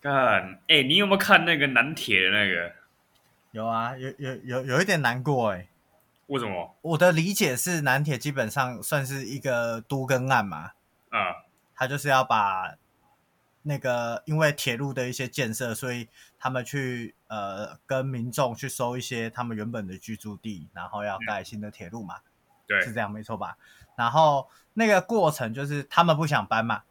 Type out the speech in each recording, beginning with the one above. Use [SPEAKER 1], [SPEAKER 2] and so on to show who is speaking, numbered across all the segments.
[SPEAKER 1] 看，哎，你有没有看那个南铁的那个？
[SPEAKER 2] 有啊，有有有有一点难过哎、
[SPEAKER 1] 为什么？
[SPEAKER 2] 我的理解是，南铁基本上算是一个都更案嘛，
[SPEAKER 1] 啊，
[SPEAKER 2] 他就是要把那个因为铁路的一些建设，所以他们去呃跟民众去收一些他们原本的居住地，然后要盖新的铁路嘛，
[SPEAKER 1] 对，
[SPEAKER 2] 是这样没错吧？然后那个过程就是他们不想搬嘛，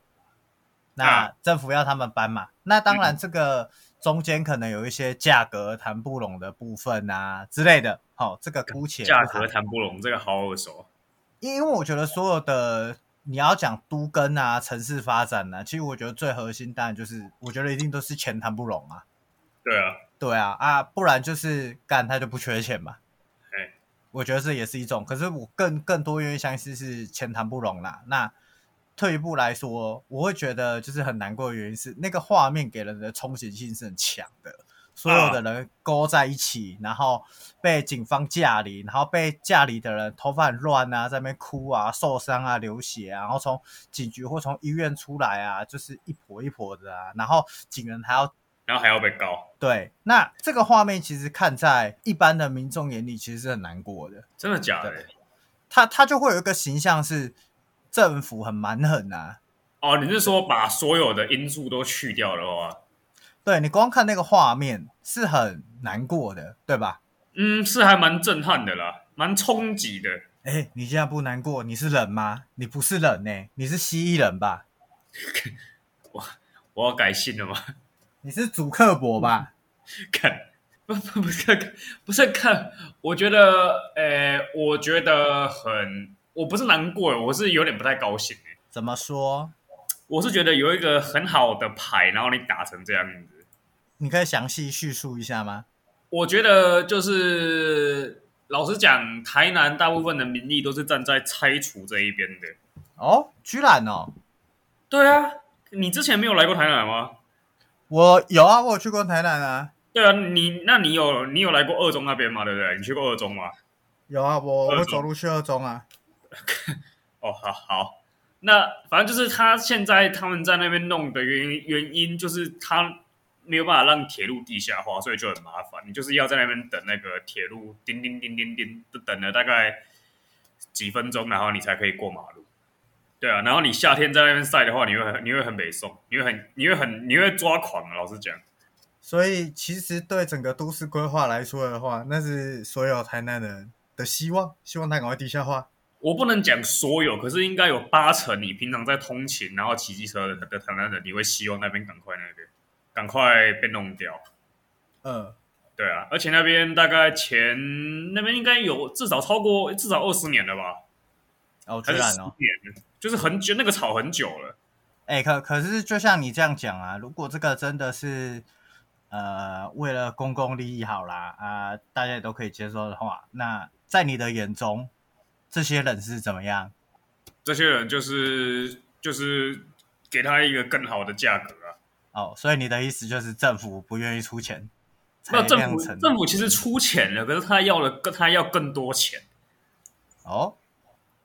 [SPEAKER 2] 那
[SPEAKER 1] 啊嗯
[SPEAKER 2] 政府要他们搬嘛，那当然这个中间可能有一些价格谈不拢的部分啊之类的，好、这个姑且不
[SPEAKER 1] 价
[SPEAKER 2] 谈
[SPEAKER 1] 格谈不拢，这个好耳熟。
[SPEAKER 2] 因因为我觉得所有的你要讲都跟啊、城市发展啊，其实我觉得最核心当然就是，我觉得一定都是钱谈不拢啊。
[SPEAKER 1] 对啊，
[SPEAKER 2] 对啊，啊，不然就是干他就不缺钱嘛。
[SPEAKER 1] 哎
[SPEAKER 2] 我觉得这也是一种，可是我更更多愿意相信是钱谈不拢啦。那退一步来说，我会觉得就是很难过的原因是，那个画面给人的冲击性是很强的，所有的人勾在一起，然后被警方架离，然后被架离的人头发很乱啊，在那边哭啊、受伤啊、流血啊，然后从警局或从医院出来啊，就是一婆一婆的啊，然后警员还要
[SPEAKER 1] 然后还要被告，
[SPEAKER 2] 对，那这个画面其实看在一般的民众眼里，其实是很难过的。
[SPEAKER 1] 真的假
[SPEAKER 2] 对
[SPEAKER 1] 的？
[SPEAKER 2] 他他就会有一个形象是政府很蛮横啊。
[SPEAKER 1] 哦，你是说把所有的因素都去掉的话，
[SPEAKER 2] 对你光看那个画面是很难过的，对吧？
[SPEAKER 1] 嗯，是还蛮震撼的啦，蛮冲击的。
[SPEAKER 2] 哎，你现在不难过，你是人吗？你不是人呢、你是蜥蜴人吧？
[SPEAKER 1] 我要改姓了吗？
[SPEAKER 2] 你是主刻薄吧？
[SPEAKER 1] 看，不不不是不是看，我觉得，呃，我觉得很，我不是难过，我是有点不太高兴。
[SPEAKER 2] 怎么说？
[SPEAKER 1] 我是觉得有一个很好的牌，然后你打成这样子，
[SPEAKER 2] 你可以详细叙述一下吗？
[SPEAKER 1] 我觉得就是老实讲，台南大部分的民意都是站在拆除这一边的。
[SPEAKER 2] 哦，居然哦，
[SPEAKER 1] 对啊，你之前没有来过台南吗？
[SPEAKER 2] 我有啊，我有去过台南啊，
[SPEAKER 1] 对啊，你那你有你有来过二中那边吗？对不对？你去过二中吗？
[SPEAKER 2] 有啊，我
[SPEAKER 1] 二中
[SPEAKER 2] 我走路去二中啊。
[SPEAKER 1] 哦，好好，那反正就是他现在他们在那边弄的原因，原因就是他没有办法让铁路地下化，所以就很麻烦。你就是要在那边等那个铁路叮叮叮叮叮，就等了大概几分钟，然后你才可以过马路。对啊，然后你夏天在那边晒的话，你会很你会很没送，你会很你会很你会抓狂啊！老实讲，
[SPEAKER 2] 所以其实对整个都市规划来说的话，那是所有台南人的希望，希望它赶快地下化。
[SPEAKER 1] 我不能讲所有，可是应该有八成你平常在通勤然后骑机车的的台南人，你会希望那边赶快那个赶快被弄掉。
[SPEAKER 2] 呃，
[SPEAKER 1] 对啊，而且那边大概前那边应该有至少超过至少二十年了吧，
[SPEAKER 2] 哦，
[SPEAKER 1] 还
[SPEAKER 2] 居
[SPEAKER 1] 是
[SPEAKER 2] 然
[SPEAKER 1] 10
[SPEAKER 2] 哦，
[SPEAKER 1] 年，就是很久那个炒很久了。
[SPEAKER 2] 哎、可可是就像你这样讲啊，如果这个真的是呃为了公共利益好啦啊、大家也都可以接受的话，那在你的眼中，这些人是怎么样？
[SPEAKER 1] 这些人就是就是给他一个更好的价格啊。
[SPEAKER 2] 哦，所以你的意思就是政府不愿意出钱，才
[SPEAKER 1] 那
[SPEAKER 2] 这
[SPEAKER 1] 政
[SPEAKER 2] 样
[SPEAKER 1] 府
[SPEAKER 2] 成
[SPEAKER 1] 政府其实出钱了，可是他要了更他要更多钱，
[SPEAKER 2] 哦，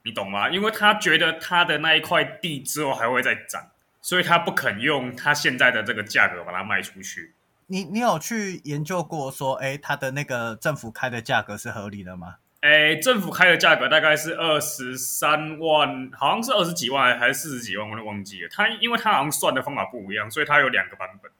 [SPEAKER 1] 你懂吗？因为他觉得他的那一块地之后还会再涨，所以他不肯用他现在的这个价格把它卖出去。
[SPEAKER 2] 你你有去研究过说，哎、他的那个政府开的价格是合理的吗？
[SPEAKER 1] 哎，政府开的价格大概是二十三万，好像是二十几万还是四十几万，我都忘记了。他因为他好像算的方法不一样，所以他有两个版本。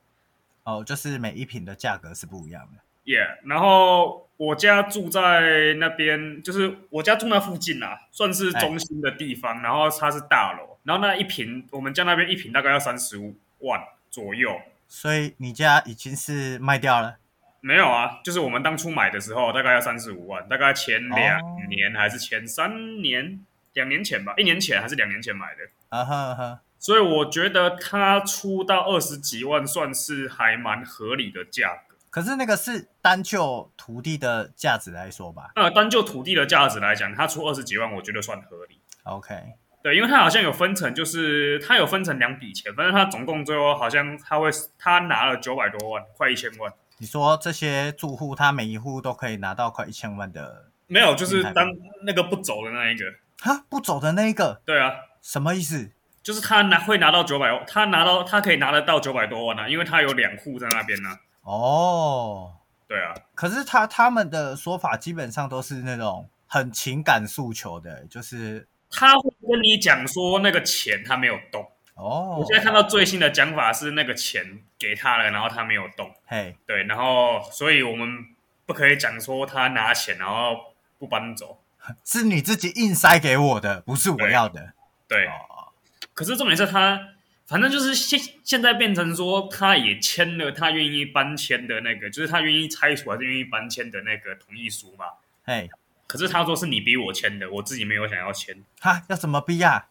[SPEAKER 2] 哦，就是每一瓶的价格是不一样的。
[SPEAKER 1] Yeah，然后我家住在那边，就是我家住那附近啊，算是中心的地方。然后它是大楼，然后那一平我们家那边一平大概要三十五万左右。
[SPEAKER 2] 所以你家已经是卖掉了，
[SPEAKER 1] 没有啊，就是我们当初买的时候大概要三十五万，大概前两年还是前三年，两年前吧，一年前还是两年前买的。
[SPEAKER 2] 啊哈哈，
[SPEAKER 1] 所以我觉得他出到二十几万算是还蛮合理的价格。
[SPEAKER 2] 可是那个是单就土地的价值来说吧
[SPEAKER 1] 那呃单就土地的价值来讲，他出二十几万，我觉得算合理。
[SPEAKER 2] ，OK，
[SPEAKER 1] 对，因为他好像有分成，就是他有分成两笔钱，反正他总共最后好像他会他拿了九百多万，快一千万。
[SPEAKER 2] 你说这些住户他每一户都可以拿到快一千万的，
[SPEAKER 1] 没有，就是当那个不走的那一个。
[SPEAKER 2] 哈，不走的那一个
[SPEAKER 1] 对啊，
[SPEAKER 2] 什么意思？
[SPEAKER 1] 就是他拿会拿到九百，他拿到他可以拿得到九百多万啊，因为他有两户在那边呢、啊
[SPEAKER 2] 哦，
[SPEAKER 1] 对啊，
[SPEAKER 2] 可是他他们的说法基本上都是那种很情感诉求的，欸就是
[SPEAKER 1] 他会跟你讲说那个钱他没有动。
[SPEAKER 2] 哦，
[SPEAKER 1] 我现在看到最新的讲法是那个钱给他了，然后他没有动。
[SPEAKER 2] 嘿，
[SPEAKER 1] 对，然后所以我们不可以讲说他拿钱然后不搬走。
[SPEAKER 2] 是你自己硬塞给我的，不是我要的。
[SPEAKER 1] 对，
[SPEAKER 2] 哦，
[SPEAKER 1] 可是重点是他，反正就是现现在变成说他也签了他愿意搬迁的那个，就是他愿意拆除还是愿意搬迁的那个同意书嘛。
[SPEAKER 2] 嘿，
[SPEAKER 1] 可是他说是你逼我签的，我自己没有想要签，
[SPEAKER 2] 哈，要怎么逼啊？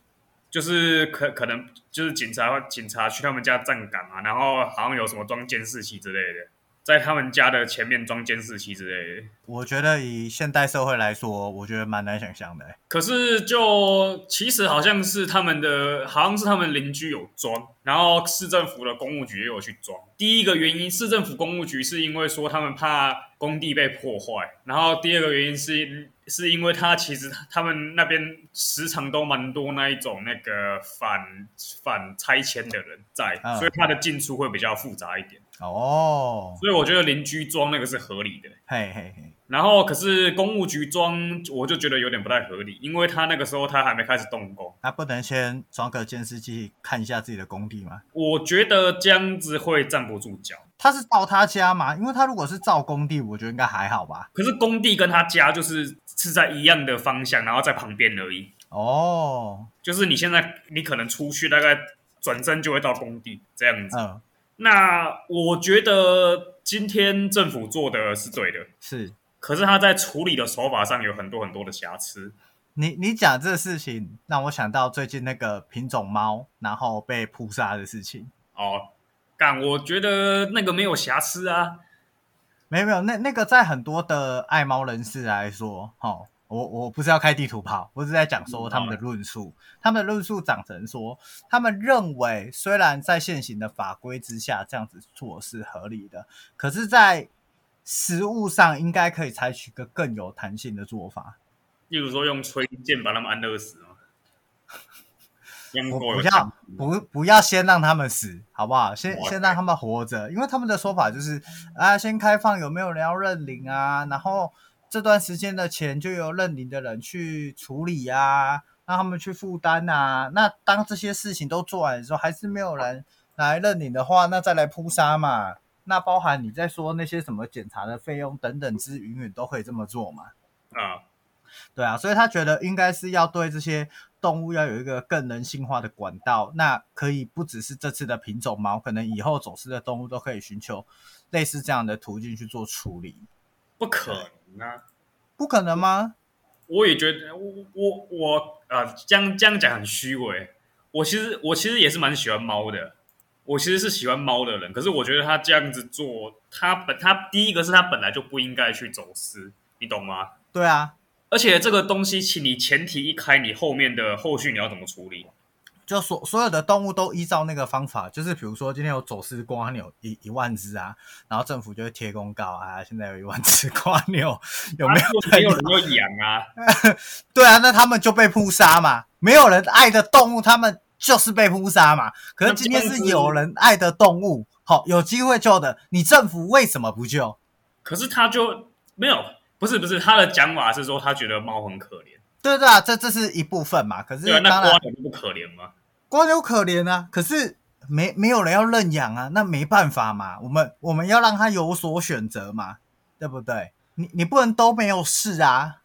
[SPEAKER 1] 就是可可能就是警察警察去他们家站岗啊，然后好像有什么装监视器之类的，在他们家的前面装监视器之类的。
[SPEAKER 2] 我觉得以现代社会来说，我觉得蛮难想象的。欸
[SPEAKER 1] 可是就其实好像是他们的，好像是他们邻居有装，然后市政府的公务局也有去装。第一个原因，市政府公务局是因为说他们怕工地被破坏，然后第二个原因是是因为他其实他们那边时常都蛮多那一种那个反反拆迁的人在，
[SPEAKER 2] 嗯
[SPEAKER 1] 所以他的进出会比较复杂一点。
[SPEAKER 2] 哦，
[SPEAKER 1] 所以我觉得邻居装那个是合理的。
[SPEAKER 2] 嘿嘿嘿，
[SPEAKER 1] 然后可是公务局装，我就觉得有点不太合理，因为他那个时候他还没开始动工，
[SPEAKER 2] 那不能先装个监视器看一下自己的工地吗？
[SPEAKER 1] 我觉得这样子会站不住脚。
[SPEAKER 2] 他是到他家吗？因为他如果是造工地，我觉得应该还好吧。
[SPEAKER 1] 可是工地跟他家就是是在一样的方向，然后在旁边而已。
[SPEAKER 2] 哦，
[SPEAKER 1] 就是你现在你可能出去大概转身就会到工地这样子。
[SPEAKER 2] 嗯，
[SPEAKER 1] 那我觉得今天政府做的是对的，
[SPEAKER 2] 是
[SPEAKER 1] 可是他在处理的手法上有很多很多的瑕疵。
[SPEAKER 2] 你你讲这事情，让我想到最近那个品种猫，然后被扑杀的事情。
[SPEAKER 1] 哦，干，我觉得那个没有瑕疵啊。
[SPEAKER 2] 没有没有，那那个在很多的爱猫人士来说，哦，我我不是要开地图炮，我只是在讲说他们的论述，他们的论述长成说，他们认为虽然在现行的法规之下这样子做是合理的，可是，在实物上应该可以采取一个更有弹性的做法。
[SPEAKER 1] 例如说用吹箭把他们安乐 死吗？养
[SPEAKER 2] 我
[SPEAKER 1] 狗有
[SPEAKER 2] 不
[SPEAKER 1] 强
[SPEAKER 2] 要不不要先让他们死，好不好？先
[SPEAKER 1] 我
[SPEAKER 2] 先让他们活着，因为他们的说法就是啊，先开放有没有人要认领啊，然后这段时间的钱就由认领的人去处理啊，让他们去负担啊。那当这些事情都做完的时候，还是没有人来认领的话，那再来扑杀嘛。那包含你在说那些什么检查的费用等等之云云都可以这么做嘛？
[SPEAKER 1] 啊，
[SPEAKER 2] 对啊，所以他觉得应该是要对这些动物要有一个更人性化的管道，那可以不只是这次的品种猫，可能以后走失的动物都可以寻求类似这样的途径去做处理，
[SPEAKER 1] 不可能啊！
[SPEAKER 2] 不可能吗？
[SPEAKER 1] 我也觉得，我我我啊，这样这样讲很虚伪。我其实我其实也是蛮喜欢猫的，我其实是喜欢猫的人。可是我觉得他这样子做，他本他第一个是他本来就不应该去走私，你懂吗？
[SPEAKER 2] 对啊，
[SPEAKER 1] 而且这个东西，请你前提一开，你后面的后续你要怎么处理？
[SPEAKER 2] 就所所有的动物都依照那个方法，就是比如说今天有走私瓜牛一一万只啊，然后政府就会贴公告啊，现在有一万只瓜牛，有没有
[SPEAKER 1] 啊没
[SPEAKER 2] 人
[SPEAKER 1] 有人要养啊？
[SPEAKER 2] 对啊，那他们就被扑杀嘛，没有人爱的动物，他们就是被扑杀嘛。可是今天是有人爱的动物，好、有机会救的，你政府为什么不救？
[SPEAKER 1] 可是他就没有，不是不是，他的讲法是说他觉得猫很可怜，
[SPEAKER 2] 对对啊，这这是一部分嘛。可是
[SPEAKER 1] 对啊，那
[SPEAKER 2] 当
[SPEAKER 1] 瓜
[SPEAKER 2] 然，
[SPEAKER 1] 牛就不可怜吗？
[SPEAKER 2] 光有可怜啊，可是没没有人要认养啊，那没办法嘛，我们我们要让他有所选择嘛，对不对？你你不能都没有事啊，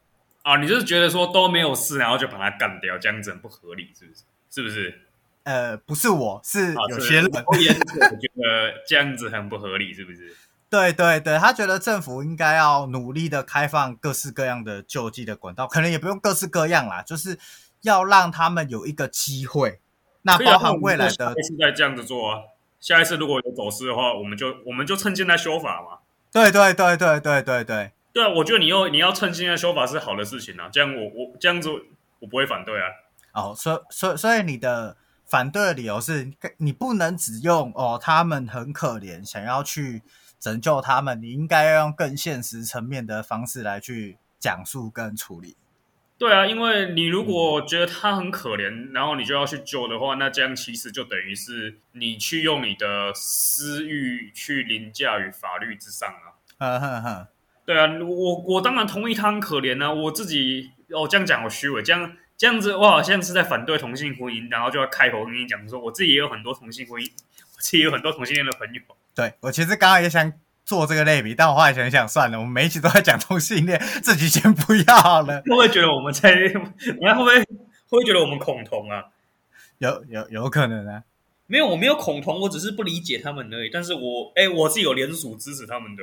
[SPEAKER 1] 啊，你就是觉得说都没有事，然后就把它干掉，这样子很不合理，是不是？是不是？
[SPEAKER 2] 呃，不是我是
[SPEAKER 1] 啊，
[SPEAKER 2] 有些人，
[SPEAKER 1] 我也是，我觉得这样子很不合理，是不 是？
[SPEAKER 2] 对对对，他觉得政府应该要努力的开放各式各样的救济的管道，可能也不用各式各样啦，就是要让他们有一个机会。那
[SPEAKER 1] 可以啊
[SPEAKER 2] 包含未来
[SPEAKER 1] 那我
[SPEAKER 2] 的
[SPEAKER 1] 们，就下一次再这样子做啊。下一次如果有走私的话，我们就我们就趁现在修法嘛。
[SPEAKER 2] 对对对对对对对，
[SPEAKER 1] 对啊，我觉得你要你要趁现在修法是好的事情啊。这样我我这样子我不会反对啊。
[SPEAKER 2] 哦，所所所以你的反对的理由是你不能只用哦，他们很可怜，想要去拯救他们，你应该要用更现实层面的方式来去讲述跟处理。
[SPEAKER 1] 对啊，因为你如果觉得他很可怜，然后你就要去救的话，那这样其实就等于是你去用你的私欲去凌驾于法律之上啊。
[SPEAKER 2] 哼哼哼，
[SPEAKER 1] 对啊，我我当然同意他很可怜啊，我自己哦这样讲我虚伪，这样这样子我好像是在反对同性婚姻，然后就要开口跟你讲说，我自己也有很多同性婚姻，我自己有很多同性恋的朋友。
[SPEAKER 2] 对我其实刚刚也想做这个类比，但我后来想想算了，我们每一集都在讲同性恋，自己先不要了。
[SPEAKER 1] 会不会觉得我们在？你看会不会会不会觉得我们恐同啊？
[SPEAKER 2] 有有有可能啊，
[SPEAKER 1] 没有，我没有恐同，我只是不理解他们而已。但是我哎、我是有联署支持他们的，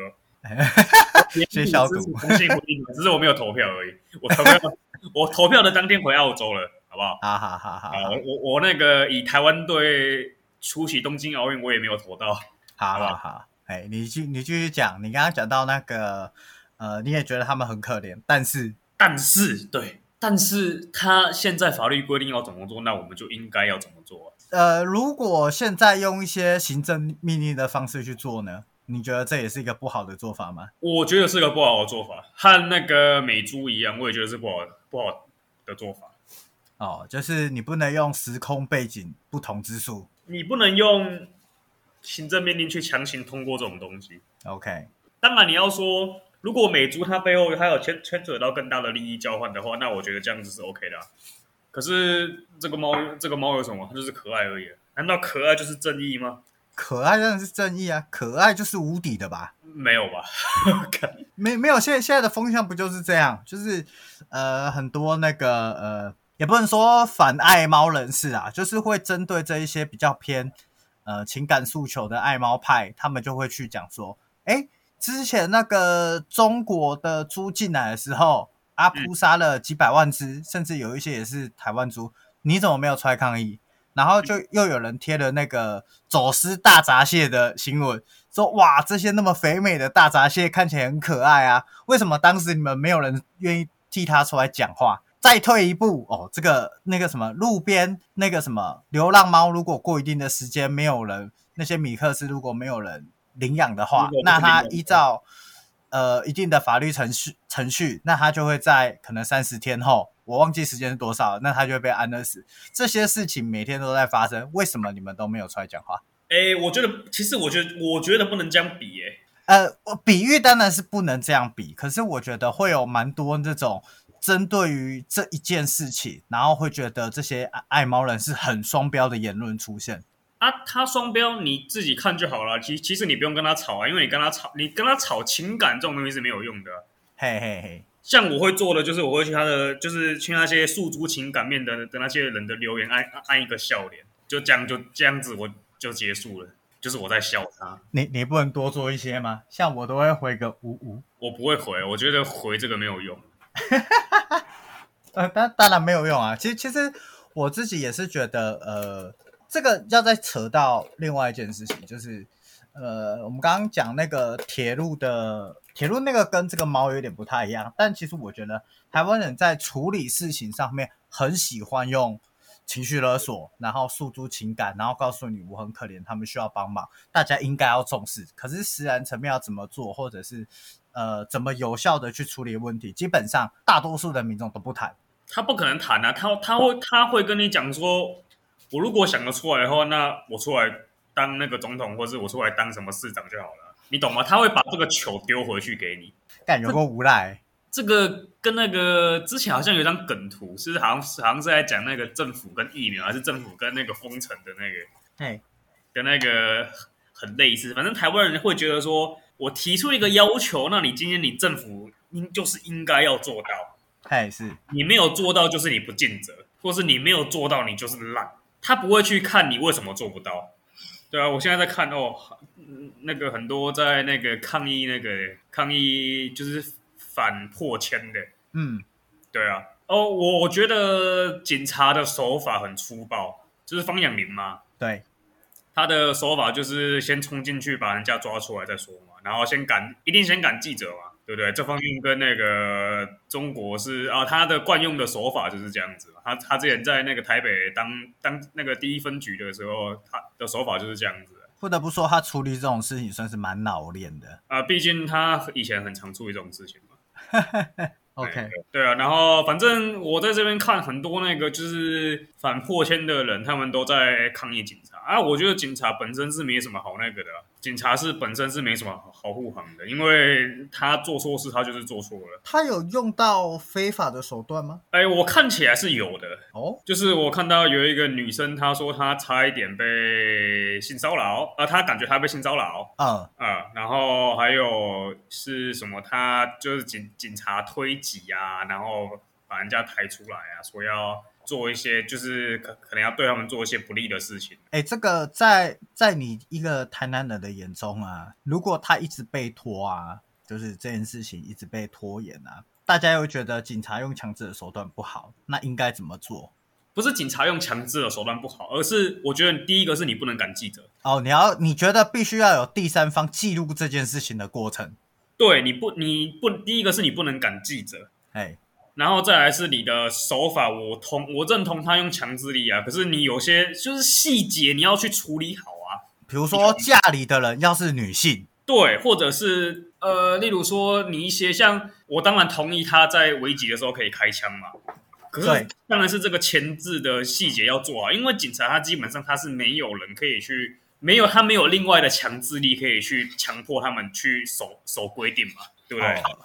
[SPEAKER 2] 谢小赌
[SPEAKER 1] 联署支持同性婚姻的，只是我没有投票而已。我投票， 我投票的当天回澳洲了，好不好？
[SPEAKER 2] 好好好好
[SPEAKER 1] 啊，我我我那个以台湾队出席东京奥运，我也没有投到。
[SPEAKER 2] 好
[SPEAKER 1] 好
[SPEAKER 2] 好好，哎，你继你继续讲，你刚刚讲到那个呃，你也觉得他们很可怜，但是
[SPEAKER 1] 但是，对，但是他现在法律规定要怎么做，那我们就应该要怎么做啊、
[SPEAKER 2] 呃，如果现在用一些行政命令的方式去做呢，你觉得这也是一个不好的做法吗？
[SPEAKER 1] 我觉得是个不好的做法，和那个美猪一样，我也觉得是不好不好的做法。
[SPEAKER 2] 哦，就是你不能用时空背景不同之数。
[SPEAKER 1] 你不能用行政命令去强行通过这种东西。
[SPEAKER 2] OK，
[SPEAKER 1] 当然，你要说如果美猪它背后还有牵牵扯到更大的利益交换的话，那我觉得这样子是 OK 的啊、可是这个猫，这个猫有什么？它就是可爱而已。啊难道可爱就是正义吗？
[SPEAKER 2] 可爱当然是正义啊，可爱就是无敌的吧？
[SPEAKER 1] 没有吧？ 看
[SPEAKER 2] 没没有，现在现在的风向不就是这样？就是呃，很多那个呃，也不能说反爱猫人士啊，就是会针对这一些比较偏呃情感诉求的爱猫派，他们就会去讲说，哎，之前那个中国的猪进来的时候，阿扑杀了几百万只，甚至有一些也是台湾猪，你怎么没有出来抗议？然后就又有人贴了那个走私大闸蟹的新闻，说哇，这些那么肥美的大闸蟹看起来很可爱啊，为什么当时你们没有人愿意替它出来讲话？再退一步哦，这个那个什么路边那个什么流浪猫，如果过一定的时间没有人，那些米克斯如果没有人领养的
[SPEAKER 1] 如
[SPEAKER 2] 话
[SPEAKER 1] 果，不
[SPEAKER 2] 那
[SPEAKER 1] 领养
[SPEAKER 2] 它
[SPEAKER 1] 的话
[SPEAKER 2] 依照呃一定的法律程序程序，那它就会在可能三十天后，我忘记时间是多少了，那它就会被安乐死。这些事情每天都在发生，为什么你们都没有出来讲话？
[SPEAKER 1] 哎、我觉得其实我觉得我觉得不能这样比、哎，
[SPEAKER 2] 呃，我比喻当然是不能这样比，可是我觉得会有蛮多这种针对于这一件事情，然后会觉得这些爱爱猫人是很双标的言论出现。
[SPEAKER 1] 啊，他双标你自己看就好了。其其实你不用跟他吵啊，因为你跟他吵，你跟他吵情感这种东西是没有用的啊、
[SPEAKER 2] 嘿嘿嘿，
[SPEAKER 1] 像我会做的就是，我会去他的，就是去那些诉诸情感面的的那些人的留言按按一个笑脸，就这样就这样子我就结束了，就是我在笑他，
[SPEAKER 2] 你你不能多做一些吗？像我都会回个五五，
[SPEAKER 1] 我不会回，我觉得回这个没有用。
[SPEAKER 2] 呃，当当然没有用啊。其实其实我自己也是觉得，呃，这个要再扯到另外一件事情，就是呃，我们刚刚讲那个铁路的铁路那个跟这个猫有点不太一样，但其实我觉得台湾人在处理事情上面很喜欢用。情绪勒索，然后诉诸情感，然后告诉你我很可怜，他们需要帮忙，大家应该要重视。可是实然层面要怎么做，或者是呃怎么有效的去处理问题，基本上大多数的民众都不谈。
[SPEAKER 1] 他不可能谈啊，他他会他会跟你讲说，我如果想得出来的话，那我出来当那个总统，或是我出来当什么市长就好了，你懂吗？他会把这个球丢回去给你。
[SPEAKER 2] 感有够无赖。
[SPEAKER 1] 这个跟那个之前好像有一张梗图，是不是好像是好像是在讲那个政府跟疫苗，还是政府跟那个封城的那个
[SPEAKER 2] 哎，
[SPEAKER 1] 跟那个很类似。反正台湾人会觉得说，我提出一个要求，那你今天你政府应就是应该要做到，
[SPEAKER 2] 他也是，
[SPEAKER 1] 你没有做到就是你不尽责，或是你没有做到你就是烂，他不会去看你为什么做不到。对啊，我现在在看哦，嗯那个很多在那个抗议那个抗议就是反破千的。
[SPEAKER 2] 嗯，
[SPEAKER 1] 对啊，哦，我我觉得警察的手法很粗暴，就是方养林嘛，
[SPEAKER 2] 对，
[SPEAKER 1] 他的手法就是先冲进去把人家抓出来再说嘛，然后先赶，一定先赶记者嘛，对不对？这方面跟那个中国是啊，他的惯用的手法就是这样子嘛。他他之前在那个台北当当那个第一分局的时候，他的手法就是这样子
[SPEAKER 2] 不得不说他处理这种事情算是蛮老练的。
[SPEAKER 1] 啊。毕竟他以前很常处理这种事情嘛。
[SPEAKER 2] OK，
[SPEAKER 1] 对啊，然后反正我在这边看很多那个就是反破迁的人，他们都在抗议警察啊。我觉得警察本身是没什么好那个的啊、警察是本身是没什么好好护航的，因为他做错事，他就是做错了。
[SPEAKER 2] 他有用到非法的手段吗？
[SPEAKER 1] 哎，我看起来是有的，
[SPEAKER 2] 哦，
[SPEAKER 1] 就是我看到有一个女生，她说她差一点被性骚扰，啊，她感觉她被性骚扰，
[SPEAKER 2] 嗯，
[SPEAKER 1] 啊、然后还有是什么？他就是警警察推挤啊，然后把人家抬出来啊，说要做一些就是可可能要对他们做一些不利的事情。
[SPEAKER 2] 哎、这个在在你一个台南人的眼中啊，如果他一直被拖啊，就是这件事情一直被拖延啊，大家又觉得警察用强制的手段不好，那应该怎么做？
[SPEAKER 1] 不是警察用强制的手段不好，而是我觉得第一个是你不能赶记者，
[SPEAKER 2] 哦，你要你觉得必须要有第三方记录这件事情的过程，
[SPEAKER 1] 对，你不你不第一个是你不能赶记者，
[SPEAKER 2] 哎，
[SPEAKER 1] 然后再来是你的手法，我同我认同他用强制力啊，可是你有些就是细节你要去处理好啊。
[SPEAKER 2] 比如说家里的人要是女性，
[SPEAKER 1] 对，或者是呃，例如说你一些像我当然同意他在危急的时候可以开枪嘛，可是
[SPEAKER 2] 对
[SPEAKER 1] 当然是这个前置的细节要做好，啊因为警察他基本上他是没有人可以去，没有他没有另外的强制力可以去强迫他们去守守规定嘛，对不对？
[SPEAKER 2] 哦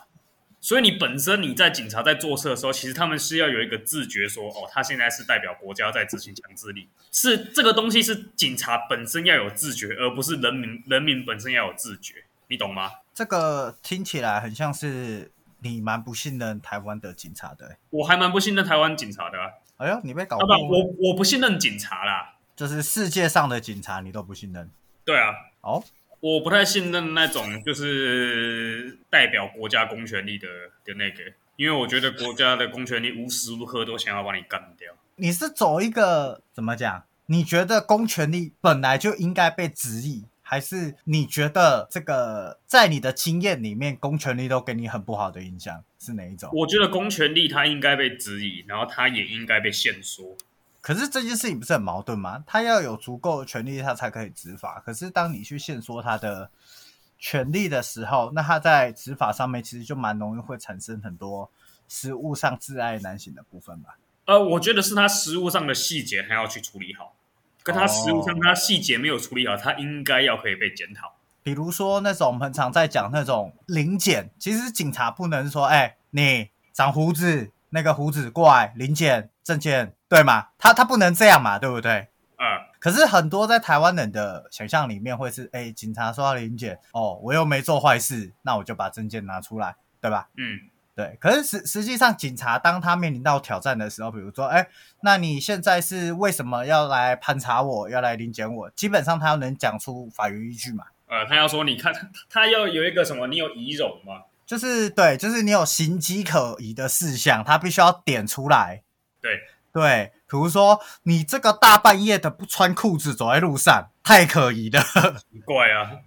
[SPEAKER 1] 所以你本身你在警察在做事的时候，其实他们是要有一个自觉说，哦，他现在是代表国家在执行强制力，是这个东西是警察本身要有自觉，而不是人民人民本身要有自觉，你懂吗？
[SPEAKER 2] 这个听起来很像是你蛮不信任台湾的警察的、哎
[SPEAKER 1] 我还蛮不信任台湾警察的、啊，
[SPEAKER 2] 哎呦，你被搞
[SPEAKER 1] 啊
[SPEAKER 2] 混
[SPEAKER 1] 不，
[SPEAKER 2] 了，
[SPEAKER 1] 我我不信任警察啦，
[SPEAKER 2] 就是世界上的警察你都不信任
[SPEAKER 1] 对啊，
[SPEAKER 2] 哦。
[SPEAKER 1] 我不太信任那种就是代表国家公权力的的那个，因为我觉得国家的公权力无时无刻都想要把你干掉。
[SPEAKER 2] 你是走一个怎么讲？你觉得公权力本来就应该被质疑，还是你觉得这个在你的经验里面，公权力都给你很不好的影响，是哪一种？
[SPEAKER 1] 我觉得公权力它应该被质疑，然后它也应该被限缩。
[SPEAKER 2] 可是这件事情不是很矛盾吗？他要有足够的权利，他才可以执法。可是当你去限缩他的权利的时候，那他在执法上面其实就蛮容易会产生很多实物上挚爱难行的部分吧。
[SPEAKER 1] 呃，我觉得是他实物上的细节还要去处理好，跟他实物上
[SPEAKER 2] 哦
[SPEAKER 1] 他细节没有处理好，他应该要可以被检讨。
[SPEAKER 2] 比如说那种我们很常在讲那种零检，其实警察不能说，哎、你长胡子，那个胡子过来零检证件，对吗？他他不能这样嘛，对不对？
[SPEAKER 1] 啊、
[SPEAKER 2] 可是很多在台湾人的想象里面会是，哎、警察说要零检，哦，我又没做坏事，那我就把证件拿出来，对吧？
[SPEAKER 1] 嗯，
[SPEAKER 2] 对，可是实实际上，警察当他面临到挑战的时候，比如说，哎，那你现在是为什么要来盘查我，要来临检我？基本上他能讲出法律依据嘛，
[SPEAKER 1] 呃，他要说你看，他他要有一个什么，你有仪容吗？
[SPEAKER 2] 就是对，就是你有形迹可疑的事项，他必须要点出来。
[SPEAKER 1] 对
[SPEAKER 2] 对，比如说你这个大半夜的不穿裤子走在路上，太可疑了，
[SPEAKER 1] 很怪啊，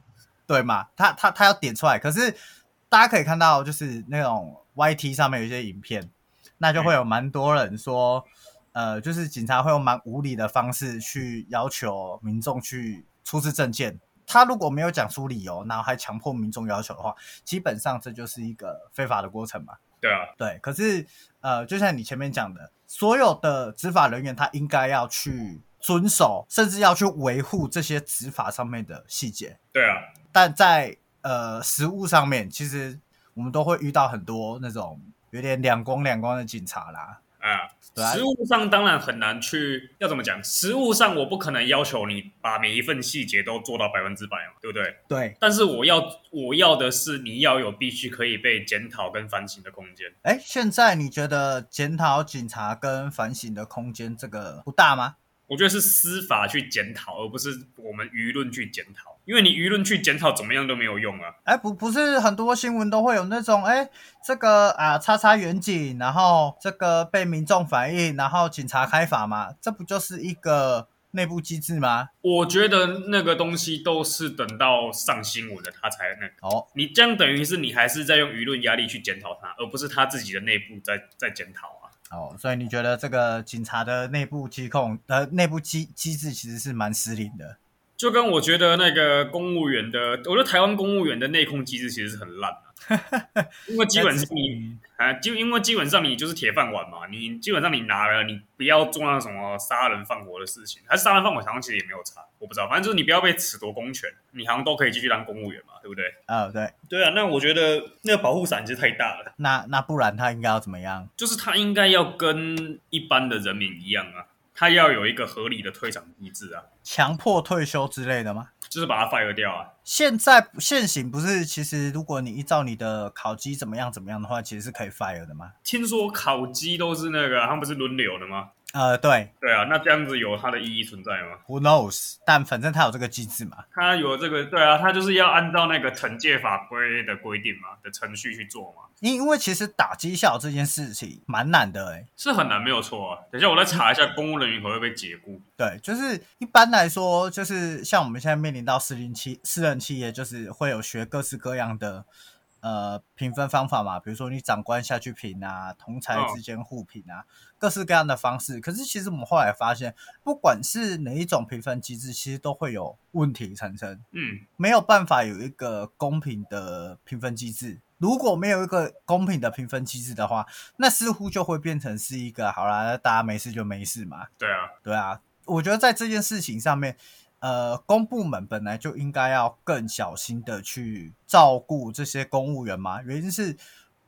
[SPEAKER 2] 对嘛？他他他要点出来，可是大家可以看到，就是那种 YT 上面有一些影片，那就会有蛮多人说，呃，就是警察会用蛮无理的方式去要求民众去出示证件。他如果没有讲出理由，然后还强迫民众要求的话，基本上这就是一个非法的过程嘛。
[SPEAKER 1] 对啊，
[SPEAKER 2] 对，可是呃，就像你前面讲的，所有的执法人员他应该要去遵守，甚至要去维护这些执法上面的细节。
[SPEAKER 1] 对啊，
[SPEAKER 2] 但在呃实物上面，其实我们都会遇到很多那种有点两光两光的警察啦。
[SPEAKER 1] 啊，
[SPEAKER 2] 对啊
[SPEAKER 1] 实物上当然很难去，要怎么讲？实物上我不可能要求你把每一份细节都做到百分之百嘛，对不对？
[SPEAKER 2] 对，
[SPEAKER 1] 但是我要我要的是你要有必须可以被检讨跟反省的空间。
[SPEAKER 2] 哎，现在你觉得检讨警察跟反省的空间这个不大吗？
[SPEAKER 1] 我觉得是司法去检讨，而不是我们舆论去检讨，因为你舆论去检讨怎么样都没有用啊。
[SPEAKER 2] 哎，不，不是很多新闻都会有那种，哎，这个啊，叉叉远景，然后这个被民众反映，然后警察开罚嘛，这不就是一个内部机制吗？
[SPEAKER 1] 我觉得那个东西都是等到上新闻了，他才那个。
[SPEAKER 2] 哦，
[SPEAKER 1] 你这样等于是你还是在用舆论压力去检讨他，而不是他自己的内部在在检讨啊。
[SPEAKER 2] 哦，所以你觉得这个警察的内部机控，呃，内部机机制其实是蛮失灵的。
[SPEAKER 1] 就跟我觉得那个公务员的，我觉得台湾公务员的内控机制其实是很烂的、啊因为基本上你啊，就因为基本上你就是铁饭碗嘛，你基本上你拿了，你不要做那什么杀人放火的事情，还是杀人放火，好像其实也没有差，我不知道，反正就是你不要被褫夺公权，你好像都可以继续当公务员嘛，对不对？
[SPEAKER 2] 啊、对，
[SPEAKER 1] 对啊，那我觉得那个保护伞其实太大了，
[SPEAKER 2] 那那不然他应该要怎么样？
[SPEAKER 1] 就是他应该要跟一般的人民一样啊，他要有一个合理的退场机制啊，
[SPEAKER 2] 强迫退休之类的吗？
[SPEAKER 1] 就是把他 fire 掉啊。
[SPEAKER 2] 现在现行不是，其实如果你依照你的考绩怎么样怎么样的话，其实是可以 fire 的吗？
[SPEAKER 1] 听说烤鸡都是那个，他们不是轮流的吗？
[SPEAKER 2] 呃，对
[SPEAKER 1] 对啊，那这样子有它的意义存在吗？
[SPEAKER 2] ，Who knows？但反正他有这个机制嘛。
[SPEAKER 1] 它有这个，对啊，它就是要按照那个惩戒法规的规定嘛的程序去做嘛，
[SPEAKER 2] 因因为其实打绩效这件事情蛮难的诶、
[SPEAKER 1] 是很难没有错啊。等一下我再查一下公务人员会不会被解雇，
[SPEAKER 2] 对，就是一般来说，就是像我们现在面临到私营企私人企业，就是会有学各式各样的呃评分方法嘛，比如说你长官下去评啊，同才之间互评啊，各式各样的方式。可是其实我们后来发现，不管是哪一种评分机制，其实都会有问题产生。
[SPEAKER 1] 嗯，
[SPEAKER 2] 没有办法有一个公平的评分机制。如果没有一个公平的评分机制的话，那似乎就会变成是一个好啦，那大家没事就没事嘛，
[SPEAKER 1] 对啊，
[SPEAKER 2] 对啊。我觉得在这件事情上面，呃，公部门本来就应该要更小心的去照顾这些公务员嘛。原因是，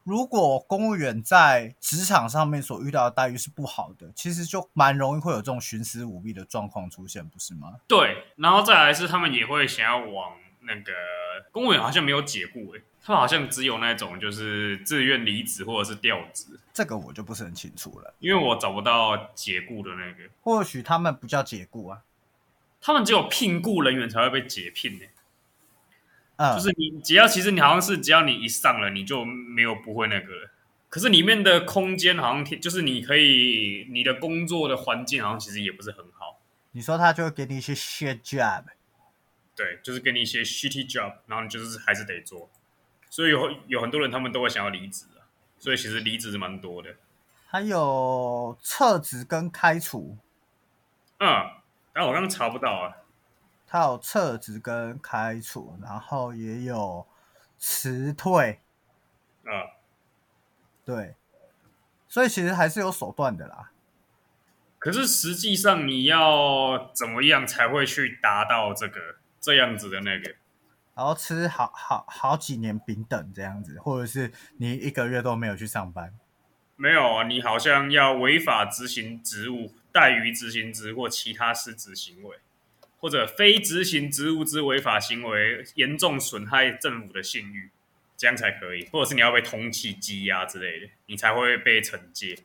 [SPEAKER 2] 如果公务员在职场上面所遇到的待遇是不好的，其实就蛮容易会有这种徇私舞弊的状况出现，不是吗？
[SPEAKER 1] 对，啊然后再来是他们也会想要往那个公务员好像没有解雇诶、他们好像只有那种就是自愿离职或者是调职，
[SPEAKER 2] 这个我就不是很清楚了。
[SPEAKER 1] 因为我找不到解雇的那个，
[SPEAKER 2] 或许他们不叫解雇啊，
[SPEAKER 1] 他们只有聘雇人员才会被解聘欸呢、
[SPEAKER 2] 嗯，
[SPEAKER 1] 就是你只要其实你好像是只要你一上了，你就没有不会那个了。可是里面的空间好像挺就是你可以你的工作的环境好像其实也不是很好，
[SPEAKER 2] 你说他就会给你一些 shit job，
[SPEAKER 1] 对，就是给你一些 shitty job，然后你就是还是得做。所以有有很多人他们都会想要离职啊，所以其实离职是蛮多的。
[SPEAKER 2] 还有撤职跟开除，
[SPEAKER 1] 嗯，但我刚刚查不到啊，
[SPEAKER 2] 他有撤职跟开除，然后也有辞退，
[SPEAKER 1] 嗯，
[SPEAKER 2] 对，所以其实还是有手段的啦。
[SPEAKER 1] 可是实际上你要怎么样才会去达到这个这样子的那个？
[SPEAKER 2] 然后吃好好好几年丙等这样子，或者是你一个月都没有去上班，
[SPEAKER 1] 没有啊，你好像要违法执行职务、怠于执行职或其他失职行为，或者非执行职务之违法行为，严重损害政府的信誉，这样才可以，或者是你要被通缉、羁押之类的，你才会被惩戒。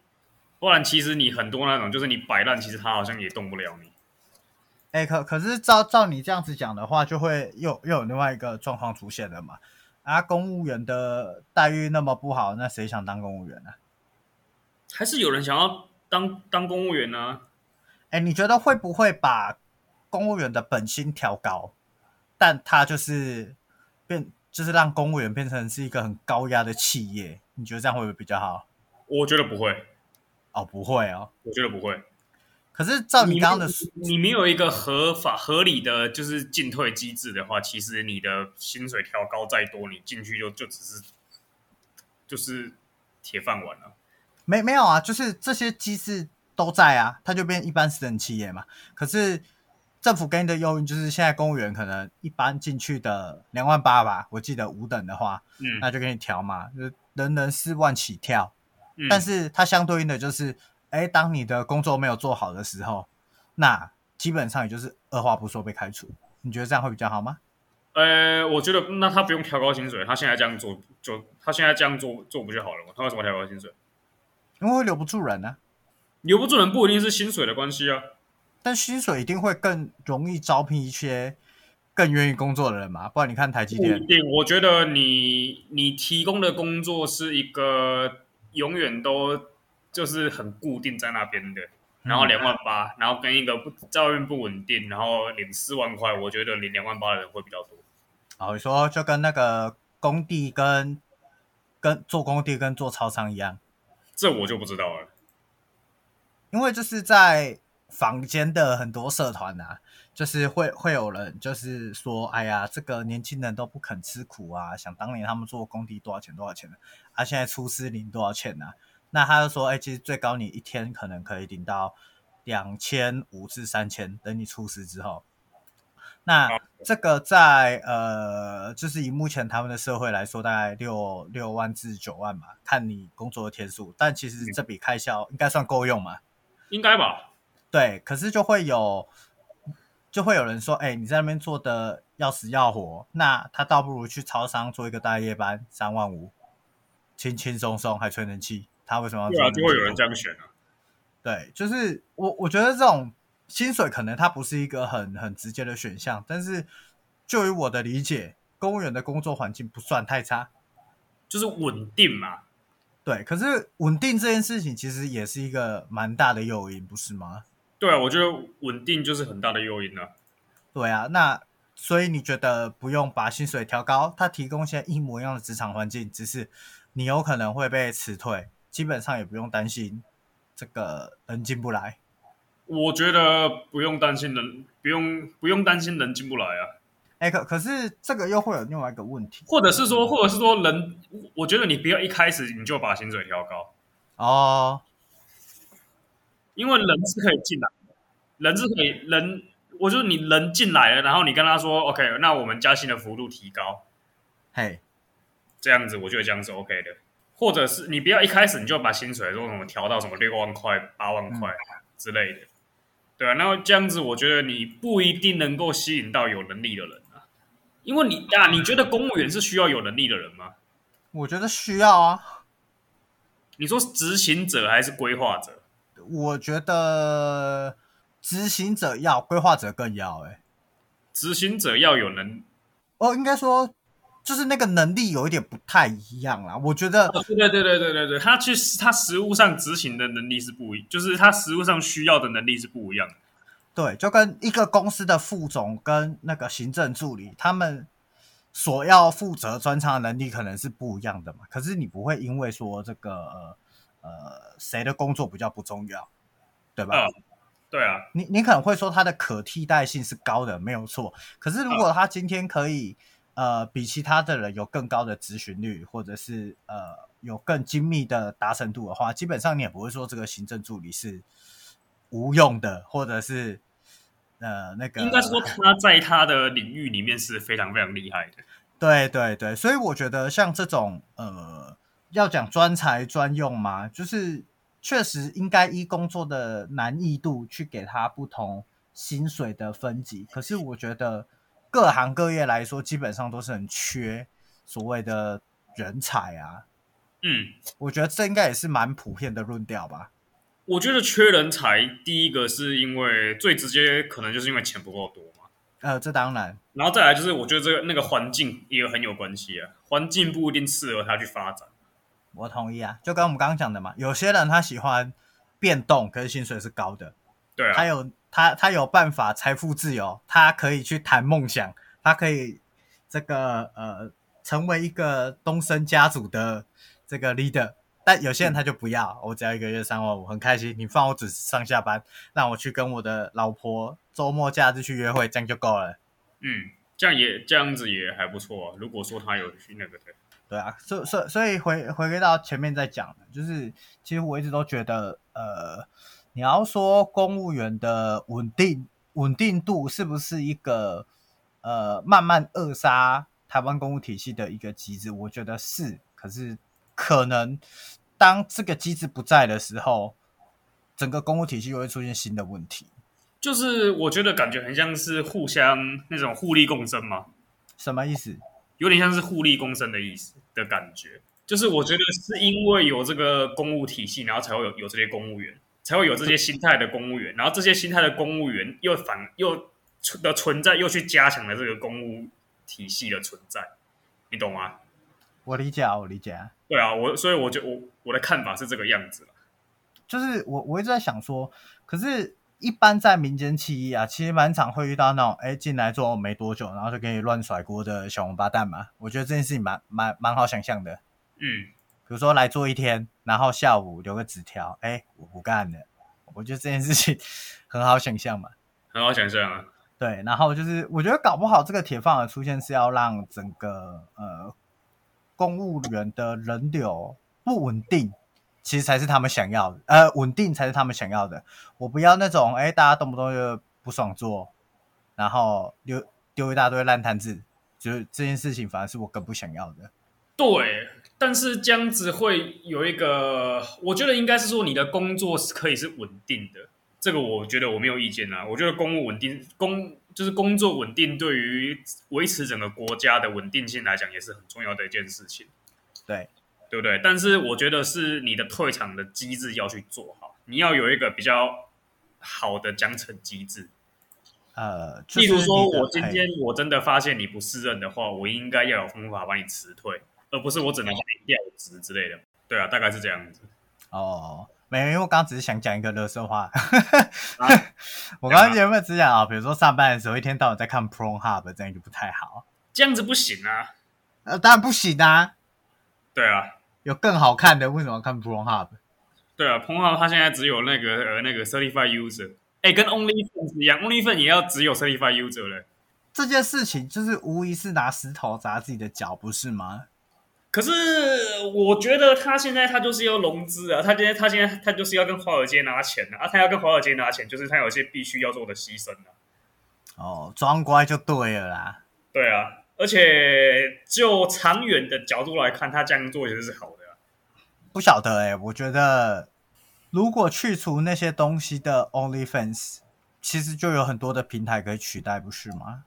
[SPEAKER 1] 不然，其实你很多那种，就是你摆烂，其实他好像也动不了你。
[SPEAKER 2] 哎、可可是照照你这样子讲的话，就会又又有另外一个状况出现了嘛？啊，公务员的待遇那么不好，那谁想当公务员呢、啊
[SPEAKER 1] 还是有人想要当当公务员呢、啊
[SPEAKER 2] 哎、你觉得会不会把公务员的本薪调高，但他就是变，就是让公务员变成是一个很高压的企业？你觉得这样会不会比较好？
[SPEAKER 1] 我觉得不会，
[SPEAKER 2] 哦，不会哦。
[SPEAKER 1] 我觉得不会。
[SPEAKER 2] 可是照你
[SPEAKER 1] 你没
[SPEAKER 2] 刚刚的
[SPEAKER 1] 有
[SPEAKER 2] 说，
[SPEAKER 1] 你没有一个合法合理的就是进退机制的话，其实你的薪水调高再多，你进去就就只是就是铁饭碗了。
[SPEAKER 2] 没没有啊，就是这些机制都在啊，它就变一般私人企业嘛。可是政府给你的诱因就是现在公务员可能一般进去的两万八吧，我记得五等的话，
[SPEAKER 1] 嗯，
[SPEAKER 2] 那就给你调嘛，就是人人四万起跳。
[SPEAKER 1] 嗯
[SPEAKER 2] 但是它相对应的就是，哎，当你的工作没有做好的时候，那基本上也就是二话不说被开除。你觉得这样会比较好吗？
[SPEAKER 1] 呃，我觉得那他不用调高薪水，他现在这样做就他现在这样做做不就好了吗？他为什么调高薪水？
[SPEAKER 2] 因为会留不住人啊，
[SPEAKER 1] 留不住人不一定是薪水的关系啊。
[SPEAKER 2] 但薪水一定会更容易招聘一些更愿意工作的人嘛。不然你看台积
[SPEAKER 1] 不
[SPEAKER 2] 电
[SPEAKER 1] 一，定，我觉得你你提供的工作是一个永远都就是很固定在那边的，然后两万八，然后跟一个不照运不稳定，然后领四万块，我觉得领两万八的人会比较多。
[SPEAKER 2] 啊，你说就跟那个工地跟跟做工地跟做超商一样，
[SPEAKER 1] 这我就不知道了。
[SPEAKER 2] 因为就是在坊间的很多社团啊，就是会会有人就是说，哎呀，这个年轻人都不肯吃苦啊，想当年他们做工地多少钱多少钱啊，现在出师领多少钱啊？那他就说，哎，其实最高你一天可能可以领到两千五至三千，等你出师之后。那这个在呃，就是以目前他们的社会来说，大概六六万至九万吧，看你工作的天数。但其实这笔开销应该算够用嘛？
[SPEAKER 1] 应该吧？
[SPEAKER 2] 对，可是就会有就会有人说，哎、你在那边做的要死要活，那他倒不如去超商做一个大夜班，三万五，轻轻松松还吹冷气，他为什么要
[SPEAKER 1] 对啊，
[SPEAKER 2] 做
[SPEAKER 1] 就
[SPEAKER 2] 那
[SPEAKER 1] 会
[SPEAKER 2] 么
[SPEAKER 1] 有人
[SPEAKER 2] 多
[SPEAKER 1] 这样选啊。
[SPEAKER 2] 对，就是我我觉得这种薪水可能它不是一个很很直接的选项，但是就于我的理解，公务员的工作环境不算太差。
[SPEAKER 1] 就是稳定嘛，
[SPEAKER 2] 对，可是稳定这件事情其实也是一个蛮大的诱因，不是吗？
[SPEAKER 1] 对啊，我觉得稳定就是很大的诱因啊。
[SPEAKER 2] 对啊，那所以你觉得不用把薪水调高，它提供现在一模一样的职场环境，只是你有可能会被辞退，基本上也不用担心这个人进不来。
[SPEAKER 1] 我觉得不用担心人，不用不用担心人进不来啊，
[SPEAKER 2] 哎，可可是这个又会有另外一个问题，
[SPEAKER 1] 或者是说，或者是说人，我觉得你不要一开始你就把薪水调高，
[SPEAKER 2] 哦，
[SPEAKER 1] 因为人是可以进来的，人是可以人，我就是你人进来了，然后你跟他说 OK，那我们加薪的幅度提高，
[SPEAKER 2] 嘿，
[SPEAKER 1] 这样子我觉得这样是 OK 的，或者是你不要一开始你就把薪水说什么调到什么六万块、八万块之类的，对啊，然后这样子我觉得你不一定能够吸引到有能力的人啊，因为你啊，你觉得公务员是需要有能力的人吗？
[SPEAKER 2] 我觉得需要啊。
[SPEAKER 1] 你说执行者还是规划者？
[SPEAKER 2] 我觉得执行者要，规划者更要、欸。哎，
[SPEAKER 1] 执行者要有能，
[SPEAKER 2] 哦，应该说就是那个能力有一点不太一样啦。我觉得，
[SPEAKER 1] 对对对对对对对，他去他实务上执行的能力是不一，就是他实务上需要的能力是不一样的。
[SPEAKER 2] 对，就跟一个公司的副总跟那个行政助理，他们所要负责专长的能力可能是不一样的嘛。可是你不会因为说这个呃呃谁的工作比较不重要，对吧？
[SPEAKER 1] 嗯对啊，
[SPEAKER 2] 你你可能会说它的可替代性是高的，没有错。可是如
[SPEAKER 1] 嗯
[SPEAKER 2] 果他今天可以、呃比其他的人有更高的咨询率，或者是呃有更精密的达成度的话，基本上你也不会说这个行政助理是无用的，或者是呃那个
[SPEAKER 1] 应该是说他在他的领域里面是非常非常厉害的。
[SPEAKER 2] 对对对，所以我觉得像这种呃，要讲专才专用嘛，就是确实应该依工作的难易度去给他不同薪水的分级。可是我觉得各行各业来说，基本上都是很缺所谓的人才啊。
[SPEAKER 1] 嗯，
[SPEAKER 2] 我觉得这应该也是蛮普遍的论调吧。
[SPEAKER 1] 我觉得缺人才，第一个是因为最直接可能就是因为钱不够多嘛，
[SPEAKER 2] 呃，这当然，
[SPEAKER 1] 然后再来就是我觉得这个那个环境也很有关系啊，环境不一定适合他去发展。
[SPEAKER 2] 我同意啊。就跟我们刚刚讲的嘛，有些人他喜欢变动，可是薪水是高的。
[SPEAKER 1] 对
[SPEAKER 2] 他
[SPEAKER 1] 啊，
[SPEAKER 2] 有他他有办法财富自由，他可以去谈梦想，他可以这个呃成为一个东升家族的这个 leader。但有些人他就不要，我只要一个月三万五，很开心。你放我准时上下班，让我去跟我的老婆周末假日去约会，这样就够了。
[SPEAKER 1] 嗯，这样也这样子也还不错啊。如果说他有去那个的，
[SPEAKER 2] 对啊，所所所以回回归到前面在讲的，就是其实我一直都觉得，呃，你要说公务员的稳定稳定度是不是一个呃慢慢扼杀台湾公务体系的一个机制？我觉得是，可是可能当这个机制不在的时候，整个公务体系又会出现新的问题。
[SPEAKER 1] 就是我觉得感觉很像是互相那种互利共生嘛，
[SPEAKER 2] 什么意思？
[SPEAKER 1] 有点像是互利共生的意思的感觉。就是我觉得是因为有这个公务体系，然后才会有有这些公务员，才会有这些心态的公务员，然后这些心态的公务员又反又存的存在，又去加强了这个公务体系的存在，你懂吗？
[SPEAKER 2] 我理解啊，我理解啊。
[SPEAKER 1] 对啊，我所以我就我我的看法是这个样子啦
[SPEAKER 2] 就是我我一直在想说，可是，一般在民间企业啊，其实蛮常会遇到那种，哎，进来做没多久，然后就给你乱甩锅的小王八蛋嘛。我觉得这件事情蛮蛮蛮好想象的。
[SPEAKER 1] 嗯，
[SPEAKER 2] 比如说来做一天，然后下午留个纸条，哎，我不干了，我觉得这件事情 很好想象嘛。
[SPEAKER 1] 很好想象啊。
[SPEAKER 2] 对，然后就是我觉得搞不好这个铁饭碗出现是要让整个呃公务员的人流不稳定，其实才是他们想要的，呃，稳定才是他们想要的。我不要那种哎，大家动不动就不爽做，然后丢丢一大堆烂摊子，就是这件事情反而是我更不想要的。
[SPEAKER 1] 对，但是这样子会有一个，我觉得应该是说你的工作是可以是稳定的，这个我觉得我没有意见啊。我觉得公务稳定，工就是工作稳定，对于维持整个国家的稳定性来讲，也是很重要的一件事情，
[SPEAKER 2] 对，
[SPEAKER 1] 对不对？但是我觉得是你的退场的机制要去做好，你要有一个比较好的奖惩机制。
[SPEAKER 2] 呃，就
[SPEAKER 1] 例
[SPEAKER 2] 是
[SPEAKER 1] 如说，
[SPEAKER 2] 你的
[SPEAKER 1] 我今
[SPEAKER 2] 哎
[SPEAKER 1] 天我真的发现你不适任的话，我应该要有方法把你辞退，而不是我只能把你调职之类的。对啊，大概是这样子。
[SPEAKER 2] 哦，没有，因为我刚刚只是想讲一个乐色话。
[SPEAKER 1] 啊
[SPEAKER 2] 我刚刚原本只想啊，比如说上班的时候一天到晚在看 Pornhub，这样就不太好。
[SPEAKER 1] 这样子不行啊。
[SPEAKER 2] 呃，当然不行啊，
[SPEAKER 1] 对啊，
[SPEAKER 2] 有更好看的，为什么要看 Pornhub？
[SPEAKER 1] 对啊，彭浩他现在只有那个呃那个 certified user，哎、跟 OnlyFans 一样，OnlyFans 也要只有 certified user 嘞。
[SPEAKER 2] 这件事情就是无疑是拿石头砸自己的脚，不是吗？
[SPEAKER 1] 可是我觉得他现在他就是要融资啊，他现在他现在他就是要跟华尔街拿钱啊，啊他要跟华尔街拿钱，就是他有一些必须要做的牺牲啊。
[SPEAKER 2] 哦，装乖就对了啦。
[SPEAKER 1] 对啊，而且就长远的角度来看，他这样做也是好的、啊。
[SPEAKER 2] 不晓得哎、我觉得如果去除那些东西的 OnlyFans，其实就有很多的平台可以取代，不是吗？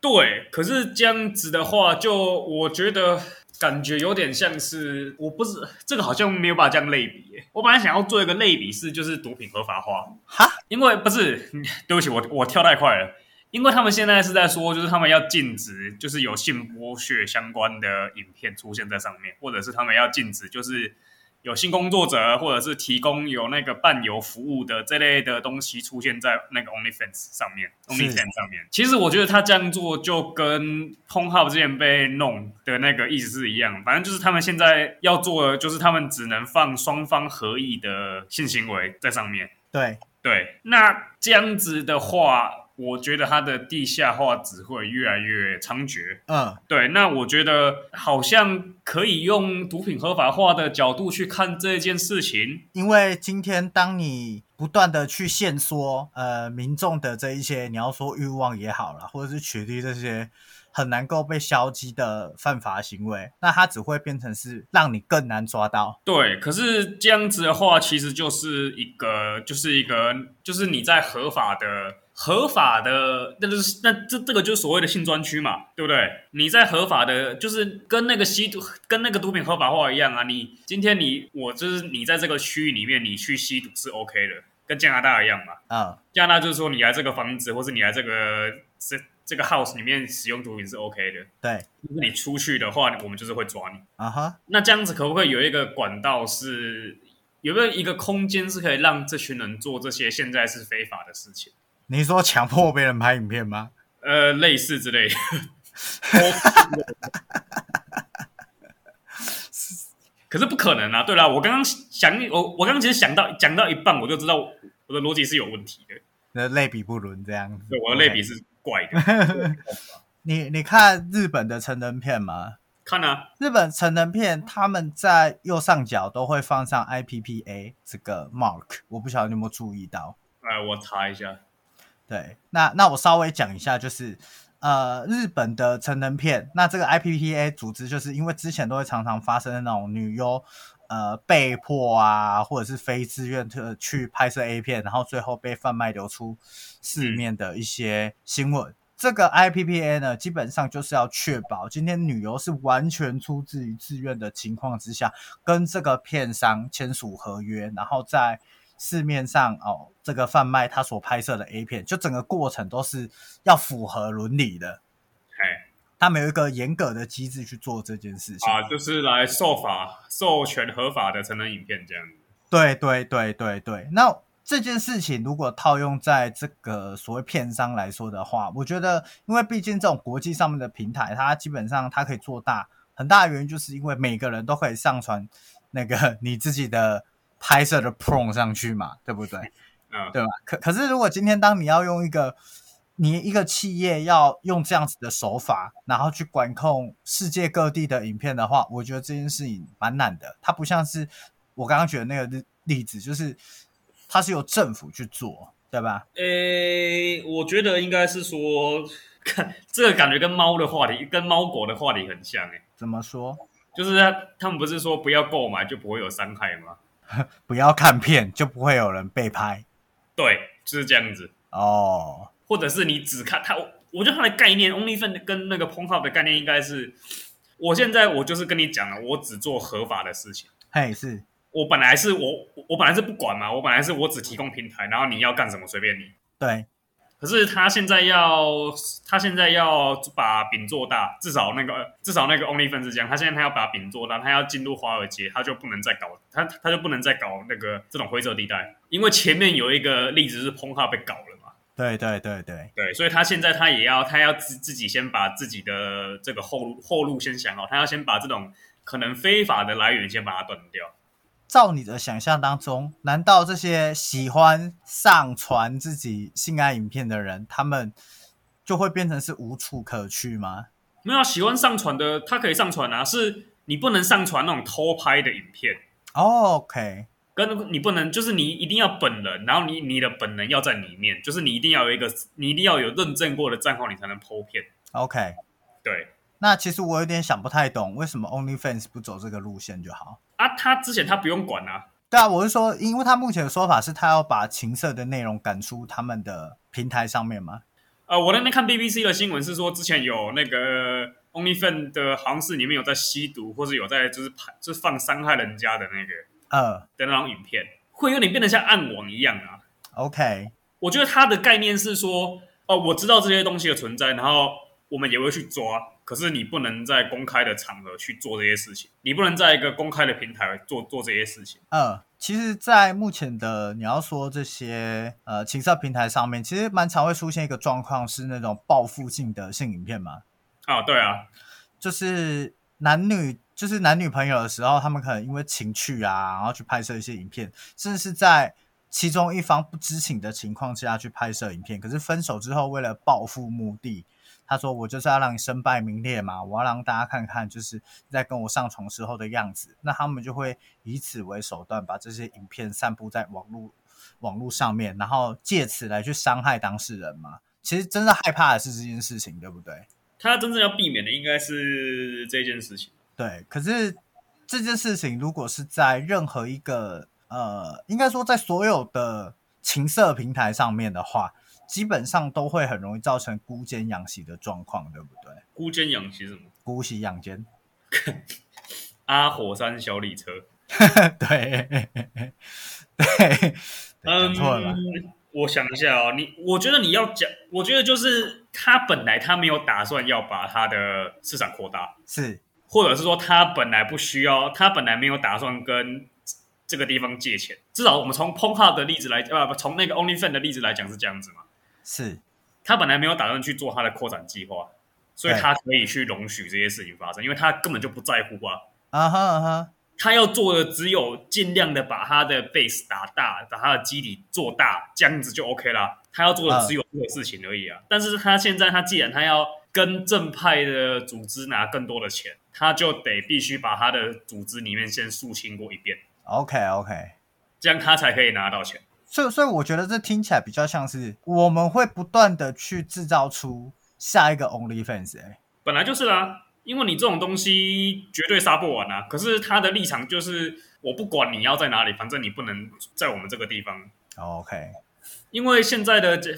[SPEAKER 1] 对，可是这样子的话，就我觉得感觉有点像是，我不是这个好像没有办法这样类比耶。我本来想要做一个类比是，就是毒品合法化，
[SPEAKER 2] 哈，
[SPEAKER 1] 因为不是， 对不起，我我跳太快了。因为他们现在是在说，就是他们要禁止，就是有性剥削相关的影片出现在上面，或者是他们要禁止，就是有性工作者或者是提供有那个伴游服务的这类的东西出现在那个 OnlyFans 上面
[SPEAKER 2] 是
[SPEAKER 1] ，OnlyFans 上面。其实我觉得他这样做就跟 p o n h u b 之前被弄的那个意思是一样，反正就是他们现在要做的就是他们只能放双方合意的性行为在上面。
[SPEAKER 2] 对，
[SPEAKER 1] 对，那这样子的话，我觉得它的地下化只会越来越猖獗。
[SPEAKER 2] 嗯，
[SPEAKER 1] 对，那我觉得好像可以用毒品合法化的角度去看这件事情。
[SPEAKER 2] 因为今天当你不断的去限缩呃民众的这一些你要说欲望也好啦，或者是取缔这些很难够被消极的犯法行为，那它只会变成是让你更难抓到。
[SPEAKER 1] 对，可是这样子的话，其实就是一个，就是一个，就是你在合法的、合法的，那就是那这这个就是所谓的性专区嘛，对不对？你在合法的，就是跟那个吸毒、跟那个毒品合法化一样啊。你今天你我就是你在这个区域里面，你去吸毒是 OK 的，跟加拿大一样嘛。
[SPEAKER 2] 嗯，
[SPEAKER 1] 加拿大就是说你来这个房子，或是你来这个这这个 house 里面使用毒品是 OK 的，但
[SPEAKER 2] 对，
[SPEAKER 1] 是你出去的话，我们就是会抓你。
[SPEAKER 2] 啊哈，
[SPEAKER 1] 那这样子可不可以有一个管道是有没有一个空间是可以让这群人做这些现在是非法的事情？
[SPEAKER 2] 你说强迫别人拍影片吗？
[SPEAKER 1] 呃，类似之类的。 可是不可能啊！对啦，我刚刚想，我我刚刚其实想到讲到一半，我就知道我的逻辑是有问题的，
[SPEAKER 2] 那类比不伦这样子。
[SPEAKER 1] 对，我的类比是怪的。
[SPEAKER 2] OK。你你看日本的成人片吗？
[SPEAKER 1] 看啊，
[SPEAKER 2] 日本成人片，他们在右上角都会放上 IPPA 这个 mark，我不晓得你有没有注意到。
[SPEAKER 1] 呃，我查一下，
[SPEAKER 2] 对，那那我稍微讲一下，就是呃，日本的成人片，那这个 IPPA 组织，就是因为之前都会常常发生那种女优呃被迫啊，或者是非自愿的去拍摄 A 片，然后最后被贩卖流出市面的一些新闻。这个 IPPA 呢，基本上就是要确保今天女优是完全出自于自愿的情况之下，跟这个片商签署合约，然后在市面上哦这个贩卖他所拍摄的 A 片，就整个过程都是要符合伦理的。
[SPEAKER 1] 哎
[SPEAKER 2] 他们有一个严格的机制去做这件事情。
[SPEAKER 1] 啊，就是来受法、授权合法的成人影片这样子。
[SPEAKER 2] 对对对对对，那这件事情如果套用在这个所谓片商来说的话，我觉得，因为毕竟这种国际上面的平台，它基本上它可以做大，很大的原因就是因为每个人都可以 上传那个你自己的拍摄的 p r o n 上去嘛，对不对？
[SPEAKER 1] 嗯
[SPEAKER 2] 对吧？可可是如果今天当你要用一个你一个企业要用这样子的手法，然后去管控世界各地的影片的话，我觉得这件事情蛮难的。它不像是我刚刚举的那个例例子，就是它是由政府去做，对吧？
[SPEAKER 1] 诶、我觉得应该是说，看这个感觉跟猫的话题，跟猫狗的话题很像诶、
[SPEAKER 2] 怎么说？
[SPEAKER 1] 就是他他们不是说不要购买就不会有伤害吗？
[SPEAKER 2] 不要看片，就不会有人被拍
[SPEAKER 1] 对，就是这样子。
[SPEAKER 2] 哦。
[SPEAKER 1] 或者是你只看他，我我觉得他的概念，OnlyFans 跟那个 p o n h u b 的概念应该是，我现在我就是跟你讲了，我只做合法的事情。
[SPEAKER 2] 嘿，是
[SPEAKER 1] 我本来是我我本来是不管嘛，我本来是我只提供平台，然后你要干什么随便你。
[SPEAKER 2] 对，
[SPEAKER 1] 可是他现在要，他现在要把饼做大，至少那个至少那个 OnlyFans 是这样，他现在他要把饼做大，他要进入华尔街，他就不能再搞他他就不能再搞那个这种灰色地带，因为前面有一个例子是 p o n h u b 被搞了嘛，
[SPEAKER 2] 对对对对，
[SPEAKER 1] 对，所以他现在他也要他要自自己先把自己的这个后路后路先想好，他要先把这种可能非法的来源先把它断掉。
[SPEAKER 2] 照你的想象当中，难道这些喜欢上传自己性爱影片的人，他们就会变成是无处可去吗？
[SPEAKER 1] 没有啊喜欢上传的，他可以上传啊，是你不能上传那种偷拍的影片。
[SPEAKER 2] 哦 OK，
[SPEAKER 1] 跟你不能，就是你一定要本人，然后你你的本人要在里面，就是你一定要有一个，你一定要有认证过的账号，你才能剖片。
[SPEAKER 2] OK，
[SPEAKER 1] 对
[SPEAKER 2] 那其实我有点想不太懂，为什么 OnlyFans 不走这个路线就好？
[SPEAKER 1] 啊，他之前他不用管啊，
[SPEAKER 2] 对啊，我是说，因为他目前的说法是他要把情色的内容赶出他们的平台上面嘛。
[SPEAKER 1] 呃，我那天看 BBC 的新闻是说，之前有那个 OnlyFans 的，好像是里面有在吸毒，或是有在就是拍就是放伤害人家的那个
[SPEAKER 2] 呃
[SPEAKER 1] 的那种影片，会有点变得像暗网一样啊。
[SPEAKER 2] ，OK，
[SPEAKER 1] 我觉得他的概念是说，哦，我知道这些东西的存在，然后我们也会去抓，可是你不能在公开的场合去做这些事情，你不能在一个公开的平台做做这些事情。
[SPEAKER 2] 呃，其实，在目前的你要说这些呃情色平台上面，其实蛮常会出现一个状况，是那种报复性的性影片嘛，
[SPEAKER 1] 啊，对啊，
[SPEAKER 2] 就是男女就是男女朋友的时候，他们可能因为情趣啊，然后去拍摄一些影片，甚至是在其中一方不知情的情况下去拍摄影片。可是分手之后，为了报复目的，他说我就是要让你身败名裂嘛，我要让大家看看就是在跟我上床时候的样子。那他们就会以此为手段，把这些影片散布在网络网络上面，然后借此来去伤害当事人嘛。其实真的害怕的是这件事情，对不对？
[SPEAKER 1] 他真正要避免的应该是这件事情。
[SPEAKER 2] 对，可是这件事情如果是在任何一个呃，应该说在所有的情色平台上面的话，基本上都会很容易造成孤奸养媳的状况，对不对？
[SPEAKER 1] 孤奸养媳什么？
[SPEAKER 2] 姑息养奸，
[SPEAKER 1] 阿火山小李车。
[SPEAKER 2] 对，对，讲错了吧？
[SPEAKER 1] 嗯，我想一下哦，你我觉得你要讲，我觉得就是他本来他没有打算要把他的市场扩大，
[SPEAKER 2] 是
[SPEAKER 1] 或者是说他本来不需要，他本来没有打算跟这个地方借钱。至少我们从 p o n h u b 的例子来，呃，不从那个 OnlyFans 的例子来讲是这样子嘛。
[SPEAKER 2] 是，
[SPEAKER 1] 他本来没有打算去做他的扩展计划，所以
[SPEAKER 2] 对
[SPEAKER 1] 他可以去容许这些事情发生，因为他根本就不在乎啊。
[SPEAKER 2] 啊哈啊哈，
[SPEAKER 1] 他要做的只有尽量的把他的 base 打大，把他的基底做大，这样子就 OK 啦。他要做的只有这个事情而已啊。但是他现在他既然他要跟正派的组织拿更多的钱，他就得必须把他的组织里面先肃清过一遍，
[SPEAKER 2] ，OK OK。
[SPEAKER 1] 这样他才可以拿到钱。
[SPEAKER 2] 所以，所以我觉得这听起来比较像是我们会不断的去制造出下一个 OnlyFans，哎、
[SPEAKER 1] 本来就是啦、因为你这种东西绝对杀不完啊。可是他的立场就是，我不管你要在哪里，反正你不能在我们这个地方
[SPEAKER 2] OK，
[SPEAKER 1] 因为现在的这，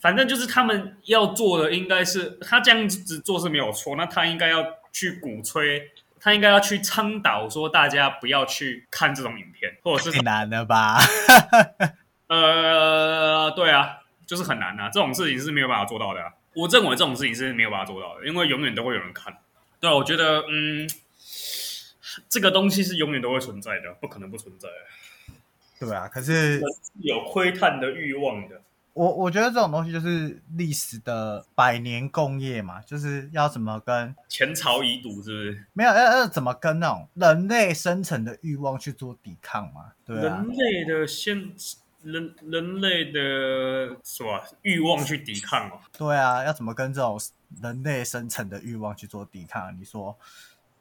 [SPEAKER 1] 反正就是他们要做的，应该是他这样子做是没有错，那他应该要去鼓吹，他应该要去倡导说大家不要去看这种影片，或者是
[SPEAKER 2] 太难了吧？
[SPEAKER 1] 呃，对啊，就是很难啊，这种事情是没有办法做到的、啊。我认为这种事情是没有办法做到的，因为永远都会有人看。对啊，我觉得嗯，这个东西是永远都会存在的，不可能不存在的，
[SPEAKER 2] 对啊，可是
[SPEAKER 1] 有窥探的欲望的。
[SPEAKER 2] 我我觉得这种东西就是历史的百年工业嘛，就是要怎么跟
[SPEAKER 1] 前朝遗毒是不是？
[SPEAKER 2] 没有要要怎么跟那种人类深层的欲望去做抵抗嘛，对啊
[SPEAKER 1] 人，类的现人人类的什么欲望去抵抗哦。
[SPEAKER 2] 对啊，要怎么跟这种人类深层的欲望去做抵抗？你说，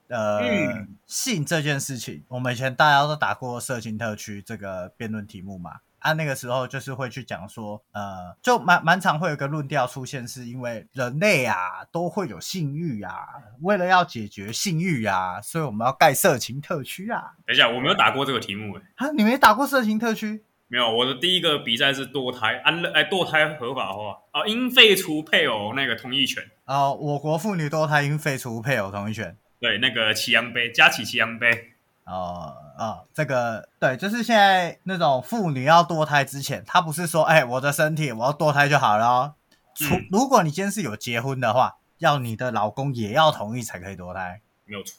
[SPEAKER 2] 呃，
[SPEAKER 1] 嗯
[SPEAKER 2] 性这件事情，我们以前大家都打过色情特区这个辩论题目嘛。啊，那个时候就是会去讲说，呃，就蛮蛮常会有一个论调出现，是因为人类啊都会有性欲啊，为了要解决性欲啊，所以我们要盖色情特区啊。
[SPEAKER 1] 等一下，我没有打过这个题目诶，欸
[SPEAKER 2] 啊，你没打过色情特区？
[SPEAKER 1] 没有。我的第一个比赛是堕胎，安乐哎，堕胎合法化啊，应废除配偶那个同意权。
[SPEAKER 2] 哦，我国妇女堕胎应废除配偶同意权。
[SPEAKER 1] 对，那个祁阳杯，加起祁阳杯，
[SPEAKER 2] 哦哦，这个对，就是现在那种妇女要堕胎之前，她不是说，哎、我的身体我要堕胎就好了、哦。除、
[SPEAKER 1] 嗯
[SPEAKER 2] 如果你今天是有结婚的话，要你的老公也要同意才可以堕胎。
[SPEAKER 1] 没有错。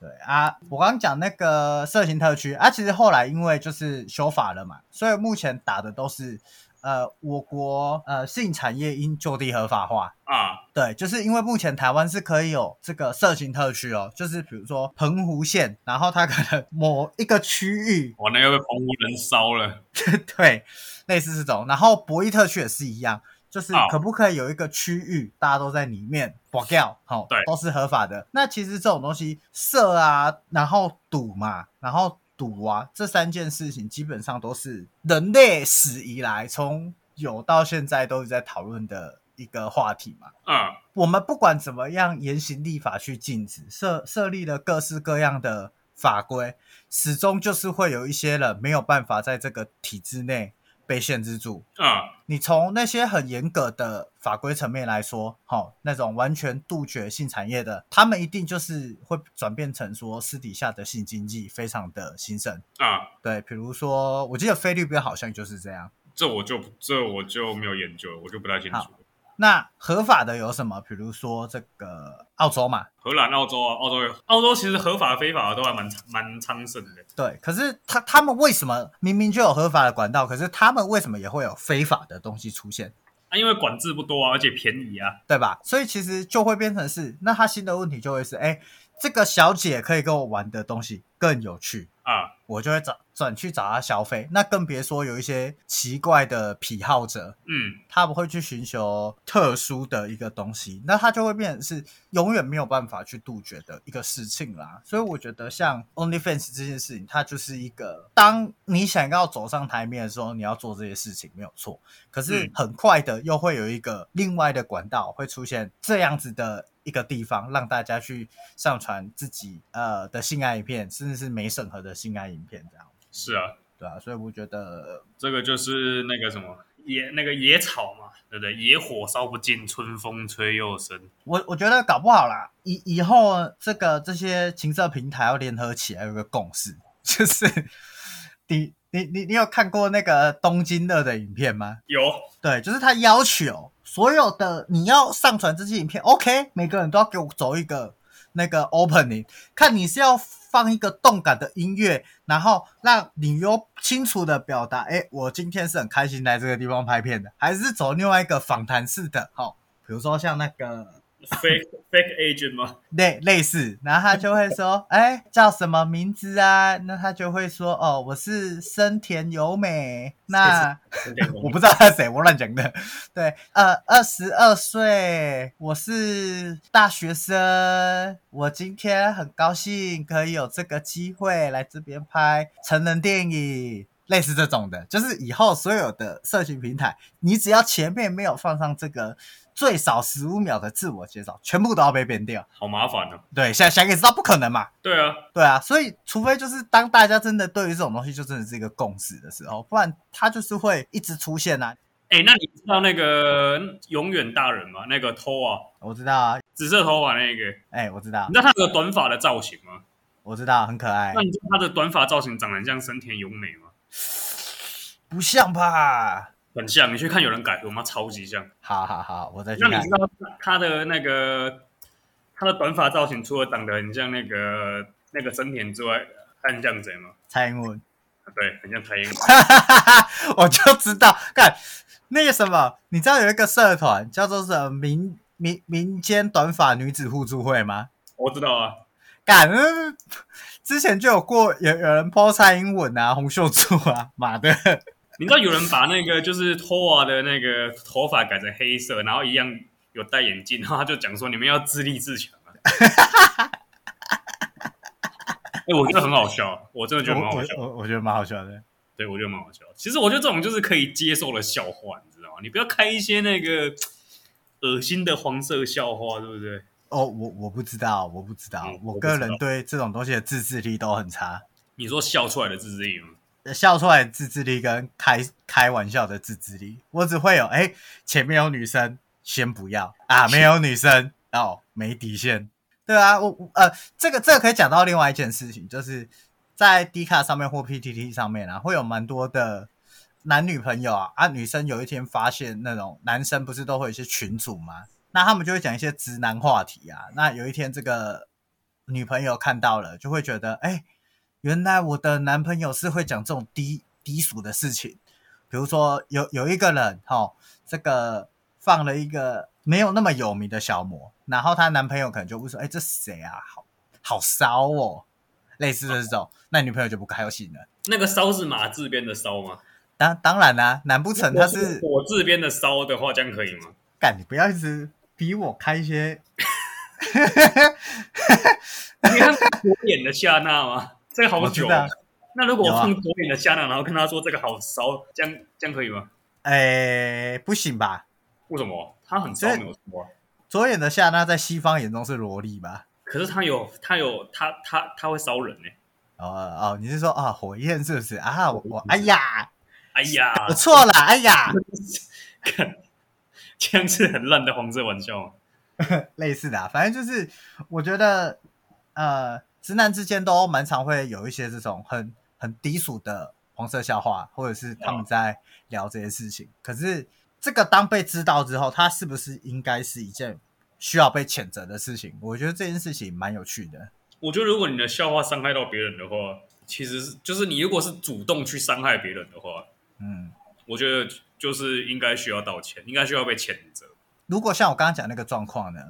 [SPEAKER 2] 对啊，我刚刚讲那个色情特区啊，其实后来因为就是修法了嘛，所以目前打的都是，呃，我国呃性产业应就地合法化，
[SPEAKER 1] 啊，
[SPEAKER 2] 对，就是因为目前台湾是可以有这个色情特区哦，就是比如说澎湖县，然后它可能某一个区域，
[SPEAKER 1] 我那个被澎湖人烧了。
[SPEAKER 2] 对，类似这种，然后博弈特区也是一样，就是
[SPEAKER 1] 哦
[SPEAKER 2] 可不可以有一个区域大家都在里面博掉，好、
[SPEAKER 1] 对
[SPEAKER 2] 都是合法的。那其实这种东西色啊，然后赌嘛，然后赌啊，这三件事情基本上都是人类史以来从有到现在都是在讨论的一个话题嘛。
[SPEAKER 1] 嗯，
[SPEAKER 2] 我们不管怎么样严刑立法去禁止，设设立了各式各样的法规，始终就是会有一些人没有办法在这个体制内被限制住。
[SPEAKER 1] 嗯，
[SPEAKER 2] 你从那些很严格的法规层面来说，好、那种完全杜绝性产业的，他们一定就是会转变成说私底下的性经济非常的兴盛。
[SPEAKER 1] 嗯，
[SPEAKER 2] 对，比如说，我记得菲律宾好像就是这样。
[SPEAKER 1] 这我就这我就没有研究了，我就不太清楚
[SPEAKER 2] 好。那合法的有什么？比如说这个澳洲嘛，
[SPEAKER 1] 荷兰、澳洲啊，澳洲有，澳洲其实合法非法的都还蛮蛮昌盛的。
[SPEAKER 2] 对，可是他他们为什么明明就有合法的管道，可是他们为什么也会有非法的东西出现，
[SPEAKER 1] 啊，因为管制不多啊，而且便宜啊。
[SPEAKER 2] 对吧？所以其实就会变成是，那他新的问题就会是，哎，这个小姐可以跟我玩的东西更有趣，
[SPEAKER 1] 啊，
[SPEAKER 2] 我就会找转去找她消费。那更别说有一些奇怪的癖好者，
[SPEAKER 1] 嗯，
[SPEAKER 2] 他不会去寻求特殊的一个东西，那他就会变成是永远没有办法去杜绝的一个事情啦。所以我觉得像 OnlyFans 这件事情，它就是一个，当你想要走上台面的时候，你要做这些事情没有错，可是
[SPEAKER 1] 嗯
[SPEAKER 2] 很快的又会有一个另外的管道会出现这样子的。一个地方让大家去上传自己呃的性爱影片，甚至是没审核的性爱影片，这样
[SPEAKER 1] 是啊，
[SPEAKER 2] 对啊，所以我觉得
[SPEAKER 1] 这个就是那个什么野那个野草嘛，对不对？野火烧不尽，春风吹又生。
[SPEAKER 2] 我我觉得搞不好啦，以以后这个这些情色平台要联合起来，有个共识， 就是你你你你有看过那个东京热的影片吗？
[SPEAKER 1] 有，
[SPEAKER 2] 对，就是他要求所有的你要上传这些影片，OK，每个人都要给我走一个那个 opening，看你是要放一个动感的音乐，然后让你有清楚的表达，哎，我今天是很开心来这个地方拍片的，还是走另外一个访谈式的，好、比如说像那个
[SPEAKER 1] fake fake agent 吗？
[SPEAKER 2] 类类似，然后他就会说，哎，叫什么名字啊？ 那他就会说，哦，我是生田由美。那 我不知道他是谁，我乱讲的。 对，呃，二十二岁，我是大学生，我今天很高兴可以有这个机会来这边拍成人电影。类似这种的，就是以后所有的社群平台，你只要前面没有放上这个最少十五秒的自我介绍，全部都要被变掉。
[SPEAKER 1] 好麻烦哦。
[SPEAKER 2] 对，想想也知道不可能嘛，
[SPEAKER 1] 对啊，
[SPEAKER 2] 对啊，所以除非就是当大家真的对于这种东西就真的是一个共识的时候，不然它就是会一直出现啊。
[SPEAKER 1] 哎，那你知道那个永远大人吗？那个偷啊，
[SPEAKER 2] 我知道啊，
[SPEAKER 1] 紫色头发那个，
[SPEAKER 2] 哎、我知道
[SPEAKER 1] 你，知道他有个短发的造型吗？
[SPEAKER 2] 我知道，很可爱
[SPEAKER 1] 那，你知道他的短发造型长得很像森田勇美吗？
[SPEAKER 2] 不像吧？
[SPEAKER 1] 很像，你去看有人改图吗？超级像。
[SPEAKER 2] 好好好，我再去
[SPEAKER 1] 那
[SPEAKER 2] 看
[SPEAKER 1] 你知。道他的那个他的短发造型，除了长得很像那个那个森田之外，还很像谁吗？
[SPEAKER 2] 蔡英文，
[SPEAKER 1] 对，很像蔡英文。
[SPEAKER 2] 哈哈哈，我就知道，看那个什么，你知道有一个社团叫做什么民民民间短发女子互助会吗？
[SPEAKER 1] 我知道啊，
[SPEAKER 2] 干，呃之前就有过有有人 po 蔡英文啊、洪秀柱啊，妈的，
[SPEAKER 1] 你知道有人把那个就是托瓦的那个头发改成黑色，然后一样有戴眼镜，然后他就讲说你们要自立自强啊。哎、我觉得很好笑，我真的觉得很好笑。
[SPEAKER 2] 我我我我觉得蛮好笑的。
[SPEAKER 1] 对，我觉得蛮好笑。其实我觉得这种就是可以接受的笑话，你知道吗？你不要开一些那个恶心的黄色笑话，对不对？
[SPEAKER 2] 哦，我我不知道，我不知道，
[SPEAKER 1] 嗯我
[SPEAKER 2] 我
[SPEAKER 1] 不
[SPEAKER 2] 个
[SPEAKER 1] 知
[SPEAKER 2] 人
[SPEAKER 1] 道
[SPEAKER 2] 对这种东西的自制力都很差，
[SPEAKER 1] 你说笑出来的自制力吗？
[SPEAKER 2] 呃笑出来的自制力跟开开玩笑的自制力，我只会有哎，前面有女生先不要啊，没有女生哦，没底线，对啊，我我呃，这个这个可以讲到另外一件事情，就是在 D 卡上面或 PTT 上面啊，会有蛮多的男女朋友啊啊，女生有一天发现那种男生不是都会有一些群主吗？那他们就会讲一些直男话题啊。那有一天这个女朋友看到了，就会觉得，哎、原来我的男朋友是会讲这种低低俗的事情，比如说有有一个人哈、哦，这个放了一个没有那么有名的小模，然后她男朋友可能就会说，哎、这谁啊？好好骚哦，类似的这种，那女朋友就不开心了。
[SPEAKER 1] 那个骚是马字边的骚吗？
[SPEAKER 2] 当当然啦、难不成他嗯是
[SPEAKER 1] 火字边的骚的话，这样可以吗？
[SPEAKER 2] 干？你不要一直逼我开一些，
[SPEAKER 1] 你看左眼的夏娜吗？这个好
[SPEAKER 2] 我知
[SPEAKER 1] 久
[SPEAKER 2] 道
[SPEAKER 1] 了。那如果我
[SPEAKER 2] 有啊
[SPEAKER 1] 放左眼的夏娜，然后跟他说这个好骚，这样这样可以吗？
[SPEAKER 2] 哎、不行吧？
[SPEAKER 1] 为什么？他很骚
[SPEAKER 2] 这
[SPEAKER 1] 没有错啊，
[SPEAKER 2] 左眼的夏娜在西方眼中是萝莉吧？
[SPEAKER 1] 可是他有他有他他他会骚人呢、
[SPEAKER 2] 哦哦，你是说啊、火焰是不是啊？我我哎呀，
[SPEAKER 1] 哎 呀，
[SPEAKER 2] 我错了，哎呀，
[SPEAKER 1] 看这样是很烂的黄色玩笑啊吗？
[SPEAKER 2] 类似的、啊，反正就是我觉得呃，直男之间都蛮常会有一些这种很很低俗的黄色笑话，或者是他们在聊这些事情。可是这个当被知道之后，它是不是应该是一件需要被谴责的事情？我觉得这件事情蛮有趣的。
[SPEAKER 1] 我觉得如果你的笑话伤害到别人的话，其实是就是你如果是主动去伤害别人的话，
[SPEAKER 2] 嗯，
[SPEAKER 1] 我觉得就是应该需要道歉，应该需要被谴责。
[SPEAKER 2] 如果像我刚刚讲那个状况呢，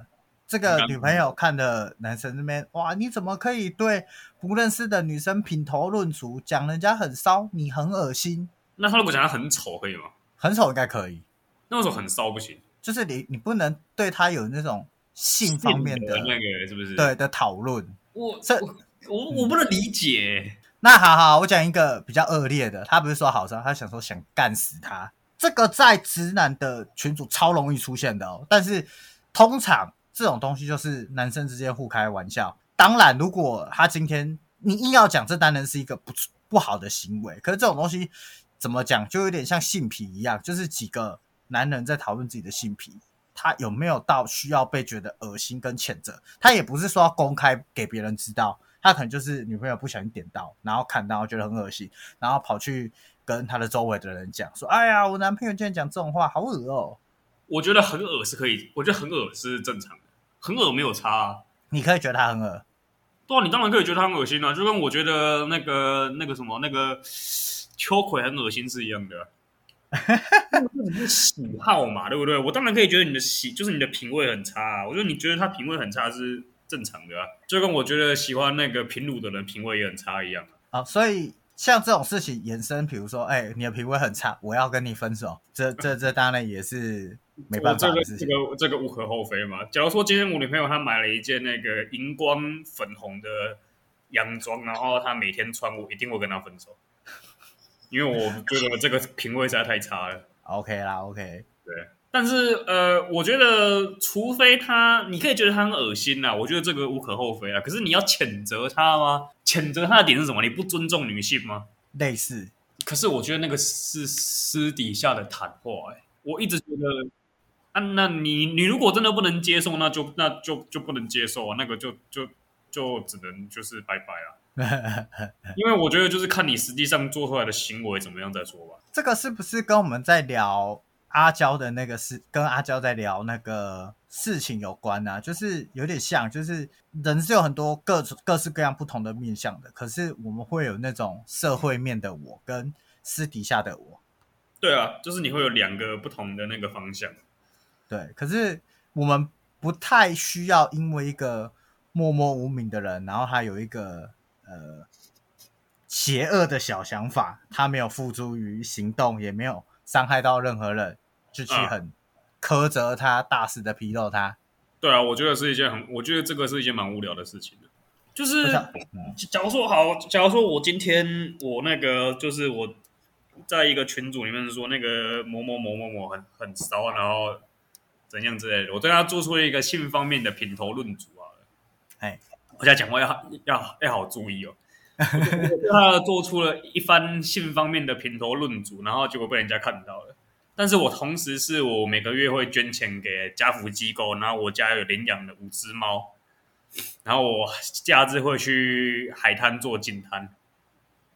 [SPEAKER 2] 这个
[SPEAKER 1] 嗯
[SPEAKER 2] 女朋友看的男生那边，哇，你怎么可以对不认识的女生品头论足，讲人家很骚，你很恶心，
[SPEAKER 1] 那他如果讲他很丑可以吗？
[SPEAKER 2] 很丑应该可以，
[SPEAKER 1] 那为什么很骚不行？
[SPEAKER 2] 就是你你不能对他有那种性方面的
[SPEAKER 1] 性格那个是不是？，
[SPEAKER 2] 对的讨论。
[SPEAKER 1] 我
[SPEAKER 2] 这
[SPEAKER 1] 我我我不能理解。
[SPEAKER 2] 那好好，我讲一个比较恶劣的，他不是说好伤，他想说想干死他。这个在直男的群组超容易出现的哦，但是通常这种东西就是男生之间互开玩笑。当然，如果他今天你硬要讲这单人是一个不不好的行为，可是这种东西怎么讲，就有点像性癖一样，就是几个男人在讨论自己的性癖，他有没有到需要被觉得恶心跟谴责？他也不是说要公开给别人知道，他可能就是女朋友不小心点到，然后看到觉得很恶心，然后跑去跟他的周围的人讲说：“哎呀，我男朋友竟然讲这种话，好恶哦！”
[SPEAKER 1] 我觉得很恶是可以，我觉得很恶是正常的，很恶没有差、啊。
[SPEAKER 2] 你可以觉得他很恶，
[SPEAKER 1] 对啊，你当然可以觉得他很恶心啊，就跟我觉得那个那个什么那个秋葵很恶心是一样的啊。喜好嘛，对不对？我当然可以觉得你的喜就是你的品味很差、啊，我觉得你觉得他品味很差是正常的、啊，就跟我觉得喜欢那个平乳的人品味也很差一样啊、
[SPEAKER 2] 啊，所以像这种事情延伸，比如说，哎、你的品味很差，我要跟你分手，这这这当然也是没办法
[SPEAKER 1] 我
[SPEAKER 2] 的
[SPEAKER 1] 这
[SPEAKER 2] 事
[SPEAKER 1] 个
[SPEAKER 2] 情
[SPEAKER 1] 这。个这个无可厚非嘛。假如说今天我女朋友她买了一件那个荧光粉红的洋装，然后她每天穿，我一定会跟她分手，因为我觉得这个品味实在太差了。
[SPEAKER 2] OK 啦，OK，
[SPEAKER 1] 但是呃，我觉得除非她，你可以觉得她很恶心啦，我觉得这个无可厚非啊。可是你要谴责她吗？谴责她的点是什么？你不尊重女性吗？
[SPEAKER 2] 类似
[SPEAKER 1] 可是我觉得那个是私底下的谈话、欸，我一直觉得，啊，那你你如果真的不能接受，那就那就就不能接受啊，那个就就就只能就是拜拜啊，因为我觉得就是看你实际上做出来的行为怎么样再说吧。
[SPEAKER 2] 这个是不是跟我们在聊阿娇的那个事，跟阿娇在聊那个事情有关呢、就是有点像，就是人是有很多各种各式各样不同的面向的，可是我们会有那种社会面的我跟私底下的我，
[SPEAKER 1] 对啊，就是你会有两个不同的那个方向。
[SPEAKER 2] 对，可是我们不太需要因为一个默默无名的人，然后他有一个呃邪恶的小想法，他没有付诸于行动，也没有伤害到任何人，就去
[SPEAKER 1] 嗯
[SPEAKER 2] 很苛责他，大肆的批斗他。
[SPEAKER 1] 对啊，我觉得是一件很，我觉得这个是一件蛮无聊的事情的。就是
[SPEAKER 2] 不是啊
[SPEAKER 1] 假如说好，假如说我今天我那个就是我在一个群组里面说那个某某某某某很很骚，然后怎样之类的，我对他做出了一个性方面的品头论足啊。
[SPEAKER 2] 哎，
[SPEAKER 1] 我现在讲话要要要好注意哦。我对我对他做出了一番性方面的品头论足，然后结果被人家看到了。但是我同时是我每个月会捐钱给家福机构，然后我家有领养的五只猫，然后我假日会去海滩做净滩。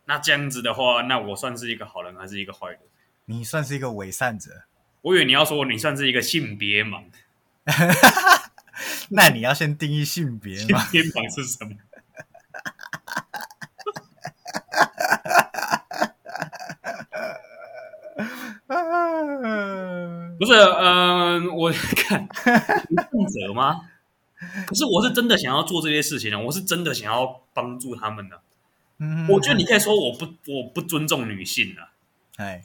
[SPEAKER 1] 那这样子的话，那我算是一个好人还是一个坏人？
[SPEAKER 2] 你算是一个伪善者，
[SPEAKER 1] 我以为你要说你算是一个性别盲，
[SPEAKER 2] 那你要先定义性别
[SPEAKER 1] 性
[SPEAKER 2] 嘛？
[SPEAKER 1] 别盲是什么？不是，嗯、我看负责吗？可是我是真的想要做这些事情的，啊我是真的想要帮助他们的、啊
[SPEAKER 2] 嗯
[SPEAKER 1] 我觉得你可以说我不我不尊重女性啊，
[SPEAKER 2] 哎，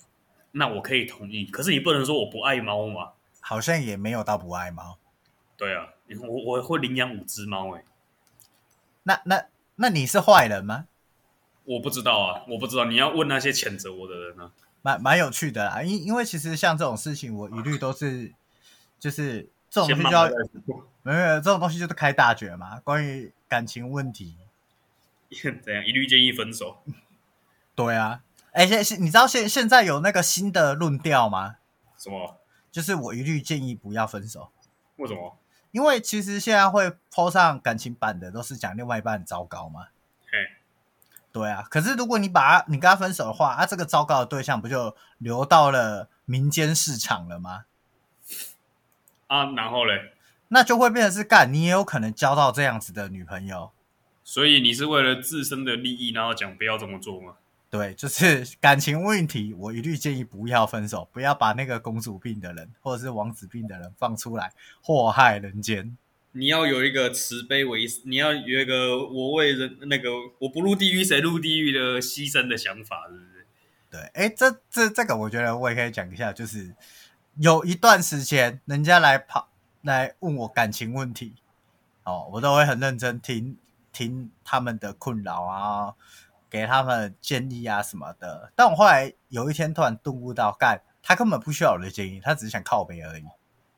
[SPEAKER 1] 那我可以同意。可是你不能说我不爱猫嘛？
[SPEAKER 2] 好像也没有到不爱猫。
[SPEAKER 1] 对啊，你我我会领养五只猫欸诶、
[SPEAKER 2] 那那那你是坏人吗？
[SPEAKER 1] 我不知道啊，我不知道。你要问那些谴责我的人啊。
[SPEAKER 2] 蛮蛮有趣的啦，因因为其实像这种事情，我一律都是就是这种东
[SPEAKER 1] 先
[SPEAKER 2] 西
[SPEAKER 1] 骂
[SPEAKER 2] 就要
[SPEAKER 1] 我再说
[SPEAKER 2] 没有没有这种东西就是开大绝嘛。关于感情问题，
[SPEAKER 1] 怎样？一律建议分手。
[SPEAKER 2] 对啊，哎、现现你知道现现在有那个新的论调吗？
[SPEAKER 1] 什么？
[SPEAKER 2] 就是我一律建议不要分手，
[SPEAKER 1] 为什么？
[SPEAKER 2] 因为其实现在会 po 上感情版的都是讲另外一半很糟糕嘛。
[SPEAKER 1] 嘿，
[SPEAKER 2] 对啊，可是如果你把他你跟他分手的话，啊，这个糟糕的对象不就流到了民间市场了吗？
[SPEAKER 1] 啊，然后嘞？
[SPEAKER 2] 那就会变成是干，你也有可能交到这样子的女朋友。
[SPEAKER 1] 所以你是为了自身的利益，然后讲不要这么做吗？
[SPEAKER 2] 对，就是 感情问题，我一律建议不要分手，不要把那个公主病的人或者是王子病的人放出来祸害人间。
[SPEAKER 1] 你要有一个慈悲为，你要有一个我为人那个我不入地狱谁入地狱的牺牲的想法，是不是？
[SPEAKER 2] 对，哎，这这这个我觉得我也可以讲一下，就是有一段时间人家来跑来问我感情问题，哦，我都会很认真听听他们的困扰啊，给他们建议啊什么的。但我后来有一天突然顿悟到，干他根本不需要我的建议，他只是想靠北而已。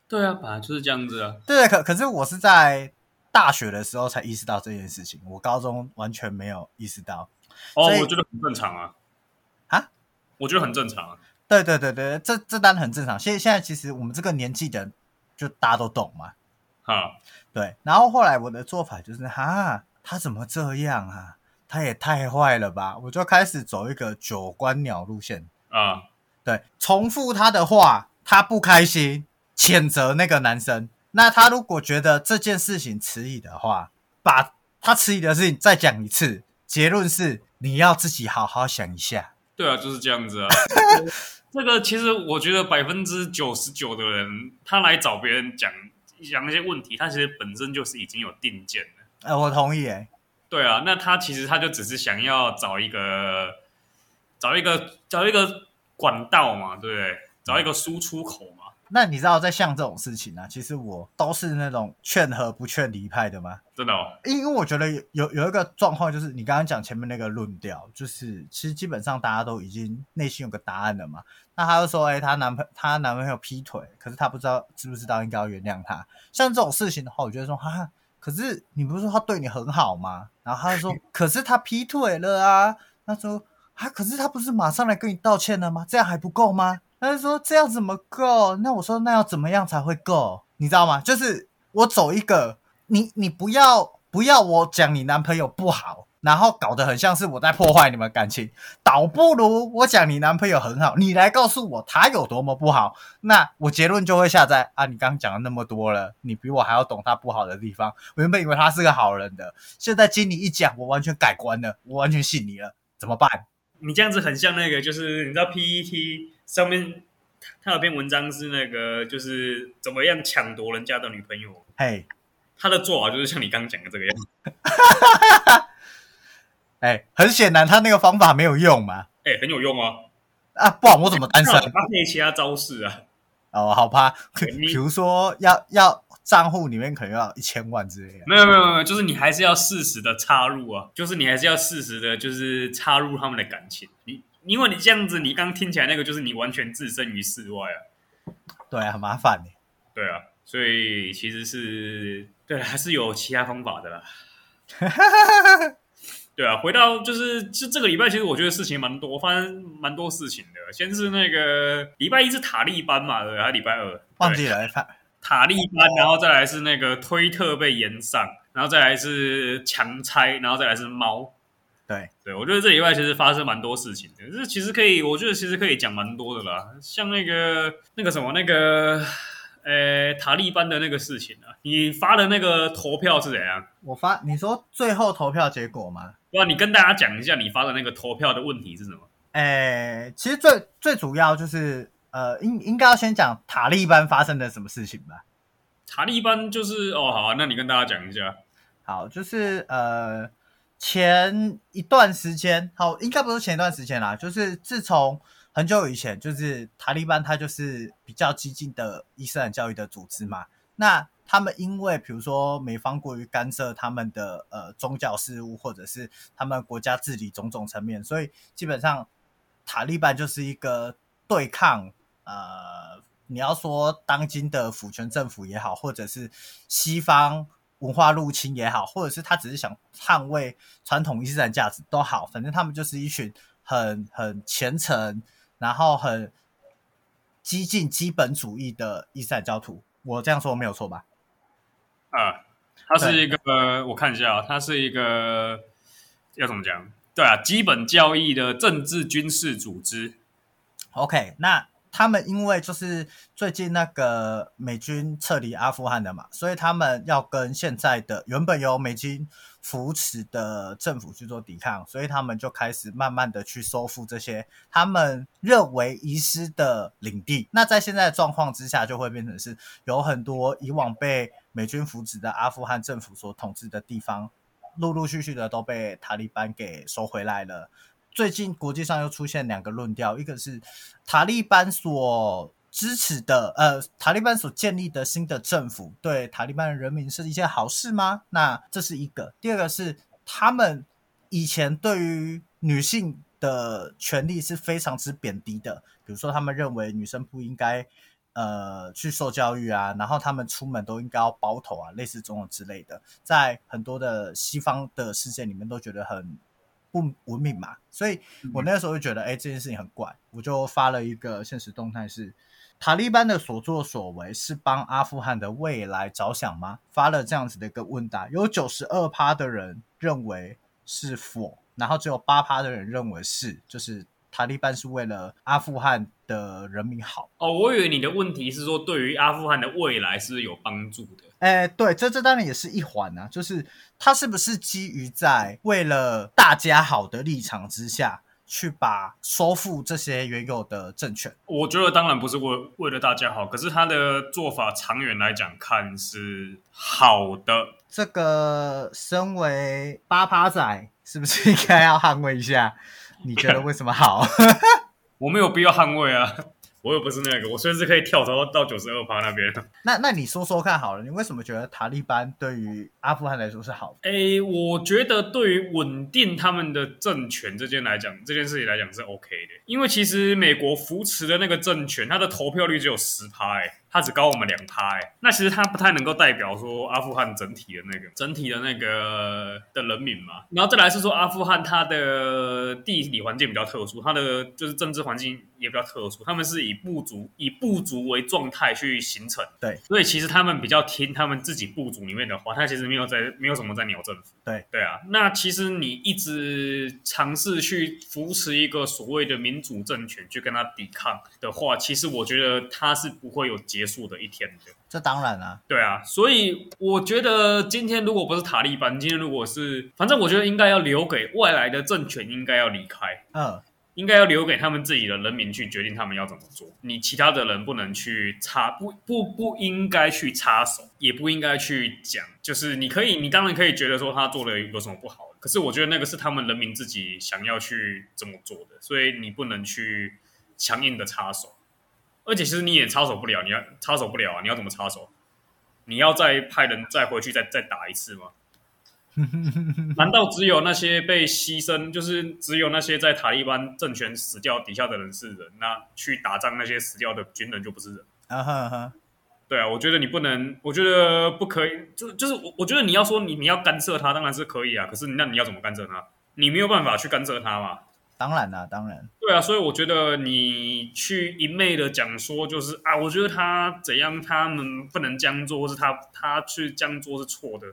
[SPEAKER 1] 对啊，本来就是这样子啊。
[SPEAKER 2] 对，可可是我是在大学的时候才意识到这件事情，我高中完全没有意识到。
[SPEAKER 1] 哦
[SPEAKER 2] 所以，
[SPEAKER 1] 我觉得很正常啊。
[SPEAKER 2] 啊？
[SPEAKER 1] 我觉得很正常啊。
[SPEAKER 2] 对对对对，这这单很正常。现现在其实我们这个年纪的人，就大家都懂嘛。
[SPEAKER 1] 哈，
[SPEAKER 2] 对，然后后来我的做法就是，哈，他怎么这样啊？他也太坏了吧！我就开始走一个九官鸟路线，
[SPEAKER 1] 啊，
[SPEAKER 2] 对，重复他的话，他不开心，谴责那个男生。那他如果觉得这件事情迟疑的话，把他迟疑的事情再讲一次，结论是你要自己好好想一下。
[SPEAKER 1] 对啊，就是这样子啊。这个其实我觉得百分之九十九的人，他来找别人讲讲一些问题，他其实本身就是已经有定见了。
[SPEAKER 2] 哎、我同意、哎，
[SPEAKER 1] 对啊，那他其实他就只是想要找一个找一个找一个管道嘛，对不对？找一个输出口嘛。
[SPEAKER 2] 那你知道在像这种事情啊，其实我都是那种劝和不劝离派的吗？
[SPEAKER 1] 真的、哦，
[SPEAKER 2] 因因为我觉得有有有一个状况，就是你刚刚讲前面那个论调，就是其实基本上大家都已经内心有个答案了嘛。那她就说，哎、她男朋她男朋友劈腿，可是她不知道知不知道应该要原谅他。像这种事情的话，我觉得说，哈，可是你不是说他对你很好吗？然后她就说，可是他劈腿了啊。他说，啊，可是他不是马上来跟你道歉了吗？这样还不够吗？他就说这样怎么够？那我说那要怎么样才会够？你知道吗？就是我走一个，你你不要不要我讲你男朋友不好，然后搞得很像是我在破坏你们感情，倒不如我讲你男朋友很好，你来告诉我他有多么不好，那我结论就会下在啊，你刚刚讲了那么多了，你比我还要懂他不好的地方。我原本以为他是个好人的，现在经你一讲，我完全改观了，我完全信你了，怎么办？
[SPEAKER 1] 你这样子很像那个，就是你知道 PET 上面他有篇文章是那个，就是怎么样抢夺人家的女朋友，
[SPEAKER 2] 嘿，
[SPEAKER 1] 他的做法就是像你刚刚讲的这个样子。
[SPEAKER 2] 哎，很显然他那个方法没有用嘛，
[SPEAKER 1] 哎、很有用啊，
[SPEAKER 2] 啊，不然我怎么单身？
[SPEAKER 1] 搭配其他招式啊，
[SPEAKER 2] 哦，好吧，
[SPEAKER 1] 你
[SPEAKER 2] 比如说要要账户里面可能要一千万之类的，
[SPEAKER 1] 没有没有没有，就是你还是要适时的插入啊，就是你还是要适时的，就是插入他们的感情。你因为你这样子，你刚听起来那个就是你完全置身于世外啊，
[SPEAKER 2] 对啊，很麻烦耶
[SPEAKER 1] 对啊，所以其实是对啊，还是有其他方法 的啦。对啊，回到就是这这个礼拜，其实我觉得事情蛮多，发生蛮多事情的。先是那个礼拜一是塔利班嘛，对吧，还是礼拜二
[SPEAKER 2] 忘记了，反
[SPEAKER 1] 塔利班，然后再来是那个推特被延上，然后再来是强拆，然后再来是猫。
[SPEAKER 2] 对
[SPEAKER 1] 对，我觉得这礼拜其实发生蛮多事情的，这其实可以，我觉得其实可以讲蛮多的啦，像那个那个什么那个呃塔利班的那个事情啊，你发的那个投票是怎样？
[SPEAKER 2] 我发你说最后投票结果吗？
[SPEAKER 1] 对啊，你跟大家讲一下你发的那个投票的问题是什么？
[SPEAKER 2] 诶，其实最最主要就是呃，应应该要先讲塔利班发生了什么事情吧。
[SPEAKER 1] 塔利班就是哦，好、啊，那你跟大家讲一下。
[SPEAKER 2] 好，就是呃，前一段时间，好，应该不是前一段时间啦，就是自从很久以前，就是塔利班它就是比较激进的伊斯兰教育的组织嘛。那他们因为比如说美方过于干涉他们的呃宗教事务，或者是他们国家治理种种层面，所以基本上塔利班就是一个对抗呃，你要说当今的父权政府也好，或者是西方文化入侵也好，或者是他只是想捍卫传统伊斯兰价值都好，反正他们就是一群很很虔诚，然后很激进基本主义的伊斯兰教徒。我这样说没有错吧？
[SPEAKER 1] 啊，它是一个，呃我看一下啊，它是一个要怎么讲？对啊，基本教义的政治军事组织。
[SPEAKER 2] OK，那他们因为就是最近那个美军撤离阿富汗的嘛，所以他们要跟现在的原本由美军扶持的政府去做抵抗，所以他们就开始慢慢的去收复这些他们认为遗失的领地。那在现在的状况之下，就会变成是有很多以往被美军扶持的阿富汗政府所统治的地方，陆陆续续的都被塔利班给收回来了。最近国际上又出现两个论调，一个是塔利班所支持的，呃，塔利班所建立的新的政府对塔利班的人民是一件好事吗？那这是一个。第二个是他们以前对于女性的权利是非常之贬低的，比如说他们认为女生不应该呃去受教育啊，然后他们出门都应该要包头啊，类似这种之类的，在很多的西方的世界里面都觉得很不文明嘛，所以我那时候就觉得，哎、这件事情很怪，我就发了一个现实动态是。塔利班的所作所为是帮阿富汗的未来着想吗？发了这样子的一个问答，有九十二趴的人认为是否，然后只有八趴的人认为是，就是塔利班是为了阿富汗的人民好。
[SPEAKER 1] 哦，我以为你的问题是说对于阿富汗的未来是不是有帮助的。
[SPEAKER 2] 哎，对，这这当然也是一环啊，就是他是不是基于在为了大家好的立场之下，去把收复这些原有的政权。
[SPEAKER 1] 我觉得当然不是为为了大家好，可是他的做法长远来讲看是好的。
[SPEAKER 2] 这个身为八趴仔，是不是 应该要捍卫一下？你觉得为什么好？
[SPEAKER 1] 我没有必要捍卫啊， 我又不是那个，我甚至可以跳槽到九十二趴那边。
[SPEAKER 2] 那那你说说看好了，你为什么觉得塔利班对于阿富汗来说是好的？
[SPEAKER 1] 诶，我觉得对于稳定他们的政权这件来讲，这件事情来讲是 OK 的，因为其实美国扶持的那个政权，它的投票率只有十趴，诶，它只高我们两趴，诶，那其实它不太能够代表说阿富汗整体的那个整体的那个的人民嘛。然后再来是说阿富汗它的地理环境比较特殊，它的就是政治环境也比较特殊，他们是以部族以部族为状态去形成的。所以其实他们比较听他们自己部族里面的话，他其实没有在没有什么在鸟政府。
[SPEAKER 2] 对
[SPEAKER 1] 对啊，那其实你一直尝试去扶持一个所谓的民主政权去跟他抵抗的话，其实我觉得他是不会有结束的一天的。
[SPEAKER 2] 这当然啊，
[SPEAKER 1] 对啊，所以我觉得今天如果不是塔利班，今天如果是，反正我觉得应该要留给外来的政权应该要离开。
[SPEAKER 2] 嗯，
[SPEAKER 1] 应该要留给他们自己的人民去决定他们要怎么做。你其他的人不能去插，不不不应该去插手，也不应该去讲。就是你可以，你当然可以觉得说他做的有什么不好，可可是我觉得那个是他们人民自己想要去这么做的，所以你不能去强硬的插手。而且其实你也插手不了，你要插手不了啊！你要怎么插手？你要再派人再回去再再打一次吗？难道只有那些被牺牲，就是只有那些在塔利班政权死掉底下的人是人？那去打仗那些死掉的军人就不是人？
[SPEAKER 2] 啊哈哈，
[SPEAKER 1] 对啊，我觉得你不能，我觉得不可以，就就是我我觉得你要说你你要干涉他，当然是可以啊。可是那你要怎么干涉他？你没有办法去干涉他嘛。
[SPEAKER 2] 当然啦，当然，
[SPEAKER 1] 对啊，所以我觉得你去一昧的讲说，就是啊，我觉得他怎样，他们不能这样做，或是他他去这样做是错的。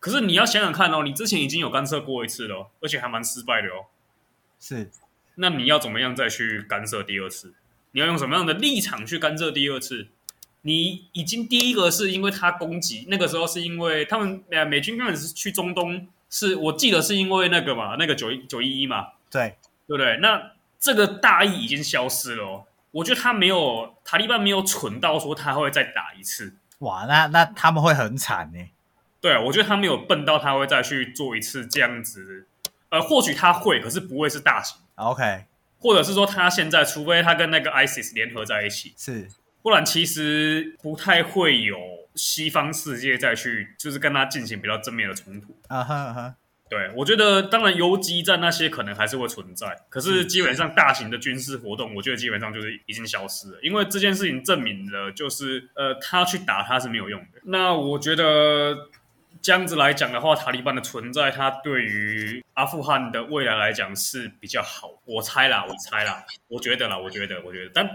[SPEAKER 1] 可是你要想想看哦，你之前已经有干涉过一次了哦，而且还蛮失败的哦。
[SPEAKER 2] 是
[SPEAKER 1] 那你要怎么样再去干涉第二次？你要用什么样的立场去干涉第二次？你已经第一个是因为他攻击，那个时候是因为他们呃美军刚开始去中东，是我记得是因为那个嘛，那个九一九一一嘛，
[SPEAKER 2] 对，
[SPEAKER 1] 对不对？那这个大义已经消失了、哦，我觉得他没有塔利班没有蠢到说他会再打一次，
[SPEAKER 2] 哇，那那他们会很惨呢、
[SPEAKER 1] 对啊我觉得他没有笨到他会再去做一次这样子，呃，或许他会，可是不会是大型，
[SPEAKER 2] OK，
[SPEAKER 1] 或者是说他现在除非他跟那个 ISIS 联合在一起，
[SPEAKER 2] 是
[SPEAKER 1] 不然其实不太会有西方世界再去就是跟他进行比较正面的冲突。
[SPEAKER 2] 啊哈啊哈，
[SPEAKER 1] 对，我觉得当然游击战那些可能还是会存在，可是基本上大型的军事活动，我觉得基本上就是已经消失了，因为这件事情证明了，就是呃，他去打他是没有用的。那我觉得这样子来讲的话，塔利班的存在，它对于阿富汗的未来来讲是比较好，我猜啦，我猜啦，我觉得啦，我觉得，我觉得，但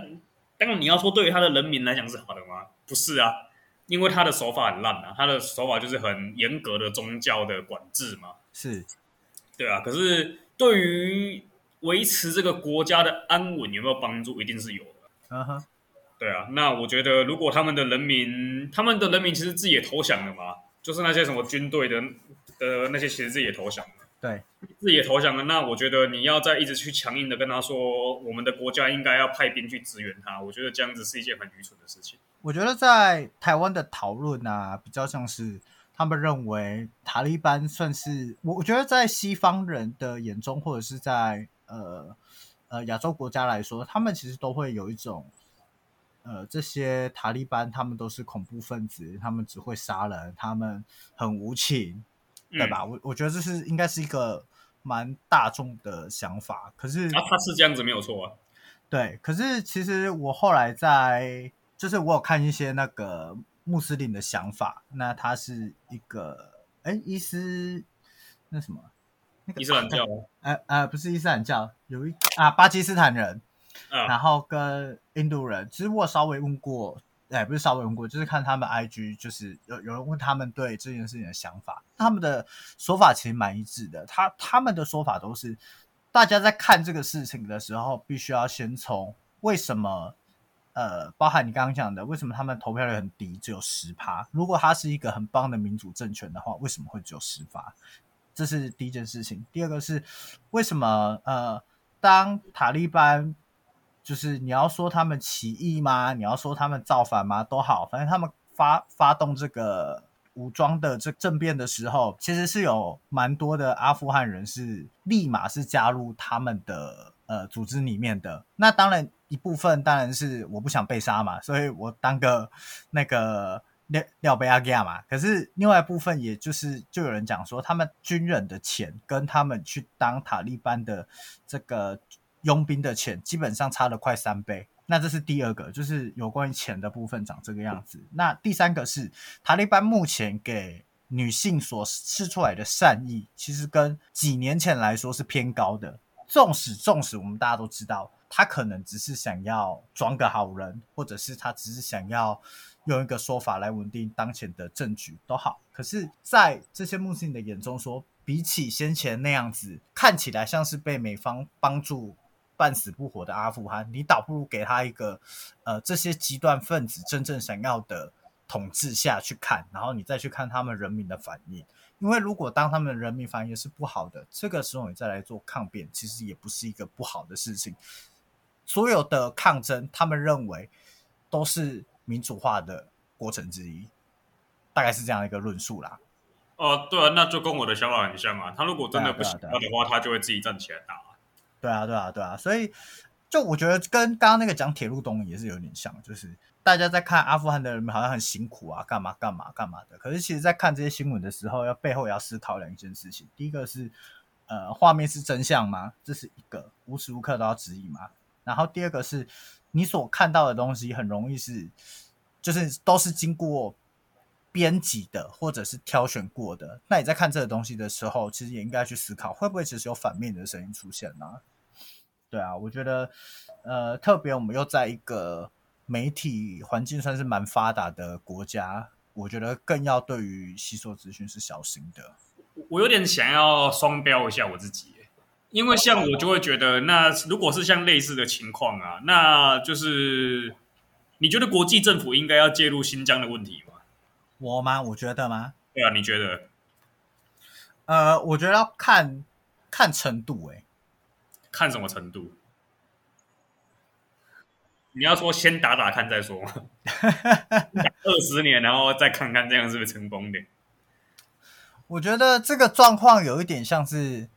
[SPEAKER 1] 当然你要说对于他的人民来讲是好的吗？不是啊。因为他的手法很烂啊，他的手法就是很严格的宗教的管制嘛，
[SPEAKER 2] 是
[SPEAKER 1] 对啊，可是对于维持这个国家的安稳有没有帮助，一定是有的。
[SPEAKER 2] 啊哈，
[SPEAKER 1] 对啊，那我觉得如果他们的人民，他们的人民其实自己也投降了嘛，就是那些什么军队的的那些，其实自己也投降了，
[SPEAKER 2] 对，
[SPEAKER 1] 自己也投降了。那我觉得你要再一直去强硬的跟他说，我们的国家应该要派兵去支援他，我觉得这样子是一件很愚蠢的事情。
[SPEAKER 2] 我觉得在台湾的讨论啊，比较像是他们认为塔利班算是我，我觉得在西方人的眼中，或者是在呃呃亚洲国家来说，他们其实都会有一种。呃，这些塔利班他们都是恐怖分子，他们只会杀人，他们很无情，对吧？我我觉得这是应该是一个蛮大众的想法。可
[SPEAKER 1] 嗯
[SPEAKER 2] 是
[SPEAKER 1] 啊然后他是这样子没有错啊，
[SPEAKER 2] 对，可是其实我后来在，就是我有看一些那个穆斯林的想法，那他是一个，哎，伊斯那什么，
[SPEAKER 1] 伊斯兰教
[SPEAKER 2] 呃呃，不是伊斯兰教，有一啊巴基斯坦人，
[SPEAKER 1] 啊，
[SPEAKER 2] 然后跟印度人，其实我有稍微问过，哎，不是稍微问过，就是看他们 IG，就是有有人问他们对这件事情的想法，他们的说法其实蛮一致的。他他们的说法都是，大家在看这个事情的时候，必须要先从为什么，呃，包含你刚刚讲的，为什么他们投票率很低，只有十趴？如果它是一个很棒的民主政权的话，为什么会只有十趴？这是第一件事情。第二个是为什么呃，当塔利班就是你要说他们起义吗？你要说他们造反吗？都好，反正他们发发动这个武装的这政变的时候，其实是有蛮多的阿富汗人是立马是加入他们的呃组织里面的。那当然一部分当然是我不想被杀嘛，所以我当个那个廖廖贝阿亚啊嘛。可是另外一部分，也就是就有人讲说，他们军人的钱跟他们去当塔利班的这个佣兵的钱，基本上差了快三倍。那这是第二个，就是有关于钱的部分长这个样子。那第三个是塔利班目前给女性所释出来的善意，其实跟几年前来说是偏高的。纵使纵使我们大家都知道，他可能只是想要装个好人，或者是他只是想要用一个说法来稳定当前的政局都好。可是，在这些穆斯林的眼中说，比起先前那样子看起来像是被美方帮助半死不活的阿富汗，你倒不如给他一个呃这些极端分子真正想要的统治下去看，然后你再去看他们人民的反应。因为如果当他们人民反应是不好的，这个时候你再来做抗辩，其实也不是一个不好的事情。所有的抗争，他们认为都是民主化的过程之一，大概是这样一个论述啦。
[SPEAKER 1] 哦，对啊，那就跟我的想法很像啊。他如果真的不
[SPEAKER 2] 对啊
[SPEAKER 1] 喜
[SPEAKER 2] 对
[SPEAKER 1] 欢
[SPEAKER 2] 啊
[SPEAKER 1] 的话，他就会自己站起来打啊。
[SPEAKER 2] 对啊，对啊，对啊，所以就我觉得跟刚刚那个讲铁路东也是有点像，就是大家在看阿富汗的人好像很辛苦啊，干嘛干嘛干嘛的，可是其实在看这些新闻的时候，要背后也要思考两件事情，第一个是呃画面是真相吗？这是一个无时无刻都要质疑吗？然后第二个是你所看到的东西很容易是就是都是经过。编辑的或者是挑选过的，那你在看这个东西的时候，其实也应该去思考，会不会其实有反面的声音出现呢、对啊，我觉得，呃，特别我们又在一个媒体环境算是蛮发达的国家，我觉得更要对于吸收资讯是小心的。
[SPEAKER 1] 我我有点想要双标一下我自己耶，因为像我就会觉得，那如果是像类似的情况啊，那就是你觉得国际政府应该要介入新疆的问题吗？
[SPEAKER 2] 我吗？我觉得吗？
[SPEAKER 1] 对啊，你觉得？
[SPEAKER 2] 呃，我觉得要看看程度、欸，
[SPEAKER 1] 看什么程度？你要说先打打看再说吗？二十年，然后再看看这样是不是成功的？
[SPEAKER 2] 我觉得这个状况有一点像是，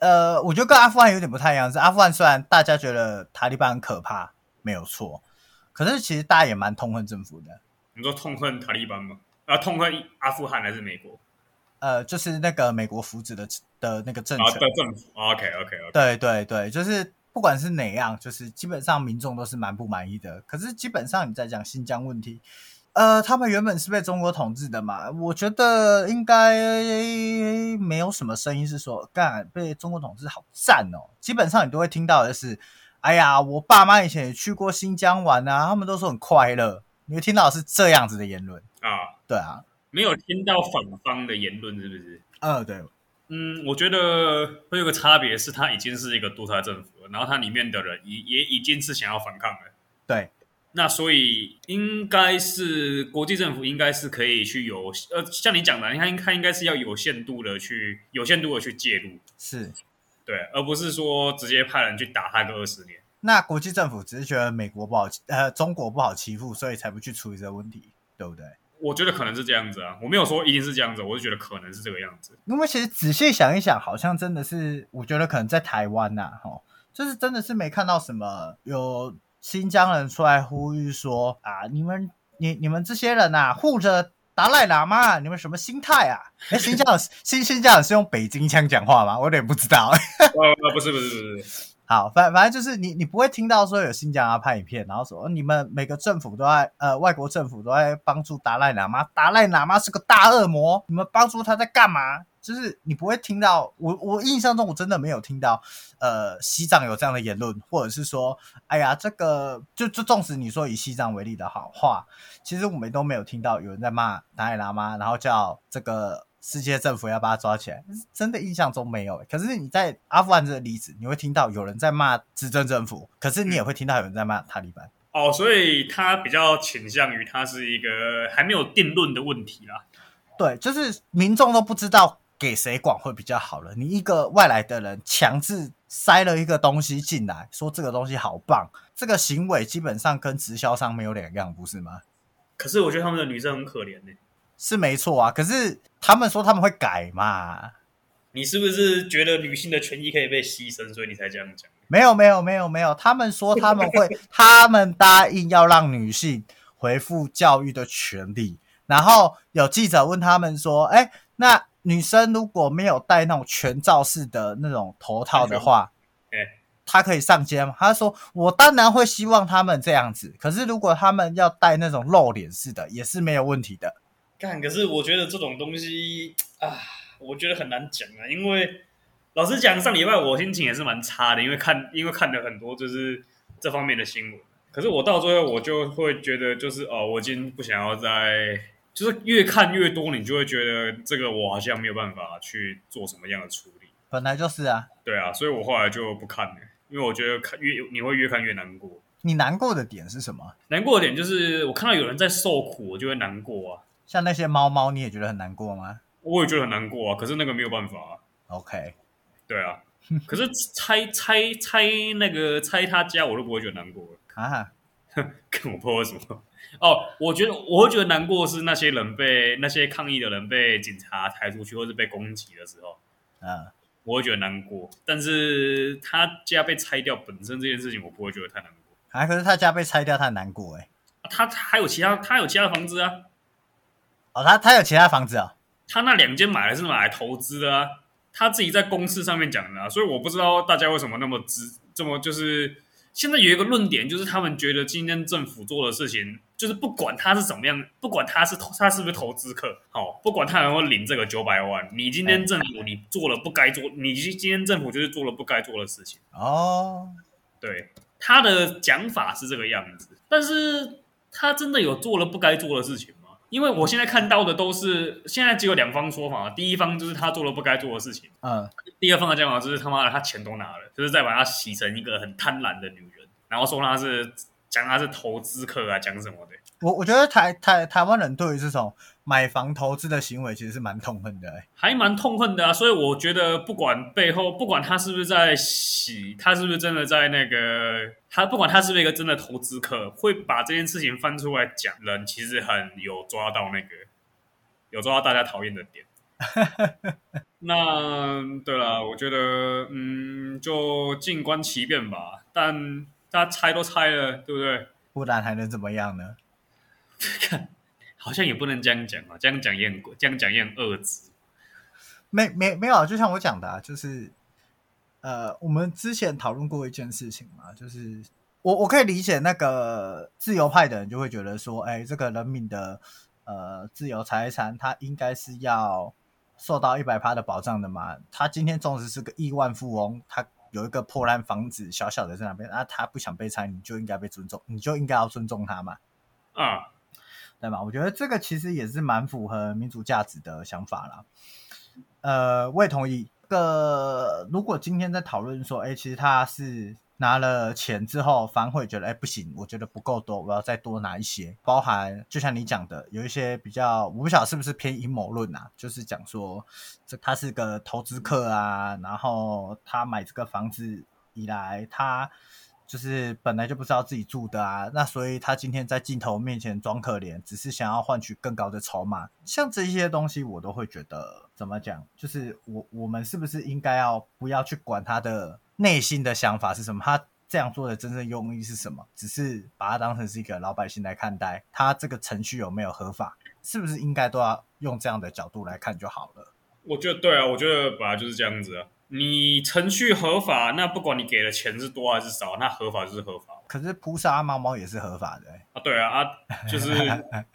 [SPEAKER 2] 呃，我觉得跟阿富汗有点不太一样。是阿富汗虽然大家觉得塔利班很可怕，没有错，可是其实大家也蛮痛恨政府的。
[SPEAKER 1] 你说痛恨塔利班吗？啊，痛恨阿富汗还是美国？
[SPEAKER 2] 呃，就是那个美国扶植的的那个政
[SPEAKER 1] 啊，
[SPEAKER 2] 权，
[SPEAKER 1] 对政府。OK OK OK。
[SPEAKER 2] 对对对，就是不管是哪样，就是基本上民众都是蛮不满意的。可是基本上你在讲新疆问题，呃，他们原本是被中国统治的嘛，我觉得应该没有什么声音是说干被中国统治好赞哦。基本上你都会听到的是，哎呀，我爸妈以前也去过新疆玩啊，他们都说很快乐。你会听到的是这样子的言论，
[SPEAKER 1] 啊，
[SPEAKER 2] 对啊，
[SPEAKER 1] 没有听到反方的言论是不是？
[SPEAKER 2] 呃，对，
[SPEAKER 1] 嗯，我觉得会有个差别是，它已经是一个独裁政府了，然后它里面的人也也已经是想要反抗了。
[SPEAKER 2] 对，
[SPEAKER 1] 那所以应该是国际政府应该是可以去有呃，像你讲的，你看它应该是要有限度的去有限度的去介入，
[SPEAKER 2] 是。
[SPEAKER 1] 对，而不是说直接派人去打他个二十年。
[SPEAKER 2] 那国际政府只是觉得美国不好，呃，中国不好欺负，所以才不去处理这个问题，对不对？
[SPEAKER 1] 我觉得可能是这样子啊，我没有说一定是这样子，我是觉得可能是这个样子。
[SPEAKER 2] 因为其实仔细想一想，好像真的是，我觉得可能在台湾呐、吼，就是真的是没看到什么有新疆人出来呼吁说啊，你们你你们这些人呐、护着达赖喇嘛，你们什么心态啊？哎，新疆人新新疆人是用北京腔讲话吗？我有点不知道。
[SPEAKER 1] 呃，不是不是不是不是，
[SPEAKER 2] 好，反反正就是你你不会听到说有新疆阿拍影片，然后说哦你们每个政府都在呃外国政府都在帮助达赖喇嘛，达赖喇嘛是个大恶魔，你们帮助他在干嘛？就是你不会听到我我印象中我真的没有听到呃西藏有这样的言论，或者是说哎呀这个就就纵使你说以西藏为例的好话，其实我们都没有听到有人在骂达赖喇嘛，然后叫这个世界政府要把他抓起来，真的印象中没有、欸可是你在阿富汗这个例子，你会听到有人在骂执政政府，可是你也会听到有人在骂塔利班。
[SPEAKER 1] 哦，所以他比较倾向于他是一个还没有定论的问题啦。
[SPEAKER 2] 对，就是民众都不知道给谁管会比较好了。你一个外来的人强制塞了一个东西进来，说这个东西好棒，这个行为基本上跟直销商没有两样，不是吗？
[SPEAKER 1] 可是我觉得他们的女生很可怜欸呢、
[SPEAKER 2] 是没错啊，可是他们说他们会改嘛？
[SPEAKER 1] 你是不是觉得女性的权益可以被牺牲，所以你才这样讲？
[SPEAKER 2] 没有没有没有没有，他们说他们会，他们答应要让女性回复教育的权利。然后有记者问他们说：“哎，那女生如果没有戴那种全罩式的那种头套的话
[SPEAKER 1] 哎，
[SPEAKER 2] 她可以上街吗？”他说：“我当然会希望他们这样子，可是如果他们要戴那种露脸式的，也是没有问题的。
[SPEAKER 1] 干，可是我觉得这种东西啊，我觉得很难讲啊，因为老实讲，上礼拜我心情也是蛮差的，因为看因为看了很多就是这方面的新闻。可是我到最后我就会觉得，就是哦，我已经不想要再，就是越看越多，你就会觉得这个我好像没有办法去做什么样的处理。
[SPEAKER 2] 本来就是啊，
[SPEAKER 1] 对啊，所以我后来就不看了，因为我觉得看越你会越看越难过。
[SPEAKER 2] 你难过的点是什么？
[SPEAKER 1] 难过的点就是我看到有人在受苦，我就会难过啊，
[SPEAKER 2] 像那些猫猫，你也觉得很难过吗
[SPEAKER 1] 我也觉得很难过啊。可是那个没有办法啊，
[SPEAKER 2] ？OK，
[SPEAKER 1] 对啊。可是拆拆拆那个拆他家，我都不会觉得难过了，
[SPEAKER 2] 啊，
[SPEAKER 1] 跟我不知道为什么。哦，我觉得我会觉得难过是那些人被那些抗议的人被警察抬出去，或是被攻击的时候，
[SPEAKER 2] 嗯，
[SPEAKER 1] 我会觉得难过。但是他家被拆掉本身这件事情，我不会觉得太难过。
[SPEAKER 2] 啊，可是他家被拆掉，他很难过哎、
[SPEAKER 1] 啊他他还有其他，他有其他的房子啊，
[SPEAKER 2] 哦，他他有其他房子哦，
[SPEAKER 1] 他那两间买来是买来投资的啊，他自己在公示上面讲的啊，所以我不知道大家为什么那么支这么就是现在有一个论点，就是他们觉得今天政府做的事情，就是不管他是怎么样，不管他是投他是不是投资客，哦，不管他能够领这个九百万，你今天政府你做了不该做，你今今天政府就是做了不该做的事情。
[SPEAKER 2] 哦，
[SPEAKER 1] 对，他的讲法是这个样子，但是他真的有做了不该做的事情吗？因为我现在看到的都是现在只有两方说法，第一方就是他做了不该做的事情，
[SPEAKER 2] 嗯，
[SPEAKER 1] 第二方的讲法就是他妈的他钱都拿了，就是再把他洗成一个很贪婪的女人，然后说他是讲他是投资客啊，讲什么的。
[SPEAKER 2] 我我觉得台台台湾人对于这种买房投资的行为其实是蛮痛恨的哎、
[SPEAKER 1] 还蛮痛恨的啊，所以我觉得不管背后，不管他是不是在洗，他是不是真的在那个，他不管他是不是一个真的投资客，会把这件事情翻出来讲，人其实很有抓到那个，有抓到大家讨厌的点。那对了，我觉得嗯，就静观其变吧。但大家猜都猜了，对不对？
[SPEAKER 2] 不然还能怎么样呢？
[SPEAKER 1] 好像也不能这样讲啊，这样讲也很这样讲也很恶质。
[SPEAKER 2] 没没没有啊，就像我讲的、啊，就是呃，我们之前讨论过一件事情嘛，就是我我可以理解那个自由派的人就会觉得说，哎，这个人民的呃自由财产，他应该是要受到一百趴的保障的嘛。他今天纵使是个亿万富翁，他有一个破烂房子，小小的在那边，那、他不想被拆，你就应该被尊重，你就应该要尊重他嘛。
[SPEAKER 1] 啊，
[SPEAKER 2] 对吧？我觉得这个其实也是蛮符合民主价值的想法啦。呃，我也同意。这个如果今天在讨论说，哎，其实他是拿了钱之后反悔，觉得哎不行，我觉得不够多，我要再多拿一些。包含就像你讲的，有一些比较，我不晓得是不是偏阴谋论啊，就是讲说这他是个投资客啊，然后他买这个房子以来，他就是本来就不知道自己住的啊，那所以他今天在镜头面前装可怜，只是想要换取更高的筹码。像这些东西，我都会觉得怎么讲，就是我我们是不是应该要不要去管他的内心的想法是什么？他这样做的真正用意是什么？只是把它当成是一个老百姓来看待，他这个程序有没有合法，是不是应该都要用这样的角度来看就好了？
[SPEAKER 1] 我觉得对啊，我觉得本来就是这样子啊。你程序合法，那不管你给的钱是多还是少，那合法就是合法
[SPEAKER 2] 可是扑杀猫猫也是合法的、欸，
[SPEAKER 1] 啊。对啊啊，就是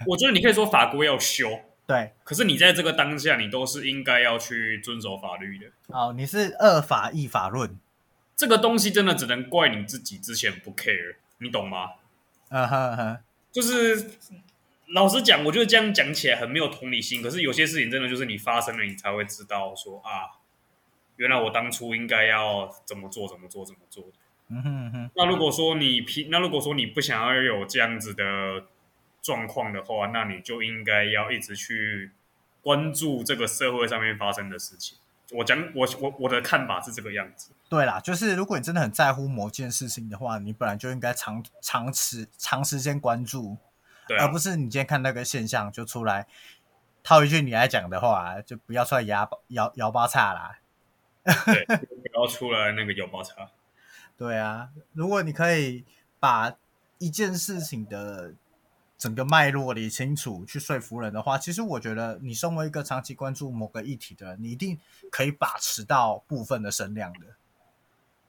[SPEAKER 1] 我觉得你可以说法规要修，
[SPEAKER 2] 对，
[SPEAKER 1] 可是你在这个当下，你都是应该要去遵守法律的。
[SPEAKER 2] 哦，你是二法一法论，
[SPEAKER 1] 这个东西真的只能怪你自己之前不 care，你懂吗？
[SPEAKER 2] 嗯哼哼，
[SPEAKER 1] 就是老实讲，我觉得这样讲起来很没有同理心。可是有些事情真的就是你发生了，你才会知道说啊，原来我当初应该要怎么做，怎么做，怎么做。
[SPEAKER 2] 嗯哼哼。
[SPEAKER 1] 那如果说你平，那如果说你不想要有这样子的状况的话，那你就应该要一直去关注这个社会上面发生的事情。我讲我我我的看法是这个样子。
[SPEAKER 2] 对啦，就是如果你真的很在乎某件事情的话，你本来就应该长长时长时间关注，
[SPEAKER 1] 对、
[SPEAKER 2] 而
[SPEAKER 1] 啊
[SPEAKER 2] 不，是你今天看那个现象就出来套一句你来讲的话，就不要出来摇摇摇八叉啦。
[SPEAKER 1] 对，不要出来那个有包差。
[SPEAKER 2] 对啊，如果你可以把一件事情的整个脉络理清楚，去说服人的话，其实我觉得你身为一个长期关注某个议题的人，你一定可以把持到部分的声量的。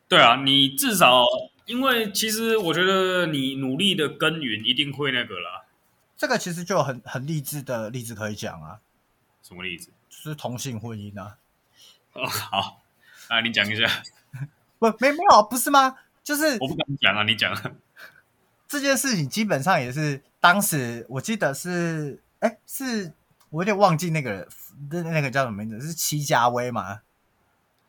[SPEAKER 1] 对啊，你至少因为其实我觉得你努力的耕耘一定会那个啦。
[SPEAKER 2] 这个其实就有很很励志的例子可以讲啊，
[SPEAKER 1] 什么例子？
[SPEAKER 2] 就是同性婚姻啊，
[SPEAKER 1] 哦，好啊，你讲一下，
[SPEAKER 2] 不没没有啊不是吗？就是
[SPEAKER 1] 我不敢讲啊，你讲。
[SPEAKER 2] 这件事情基本上也是当时我记得是哎是我有点忘记那个人那那个叫什么名字是戚家威嘛？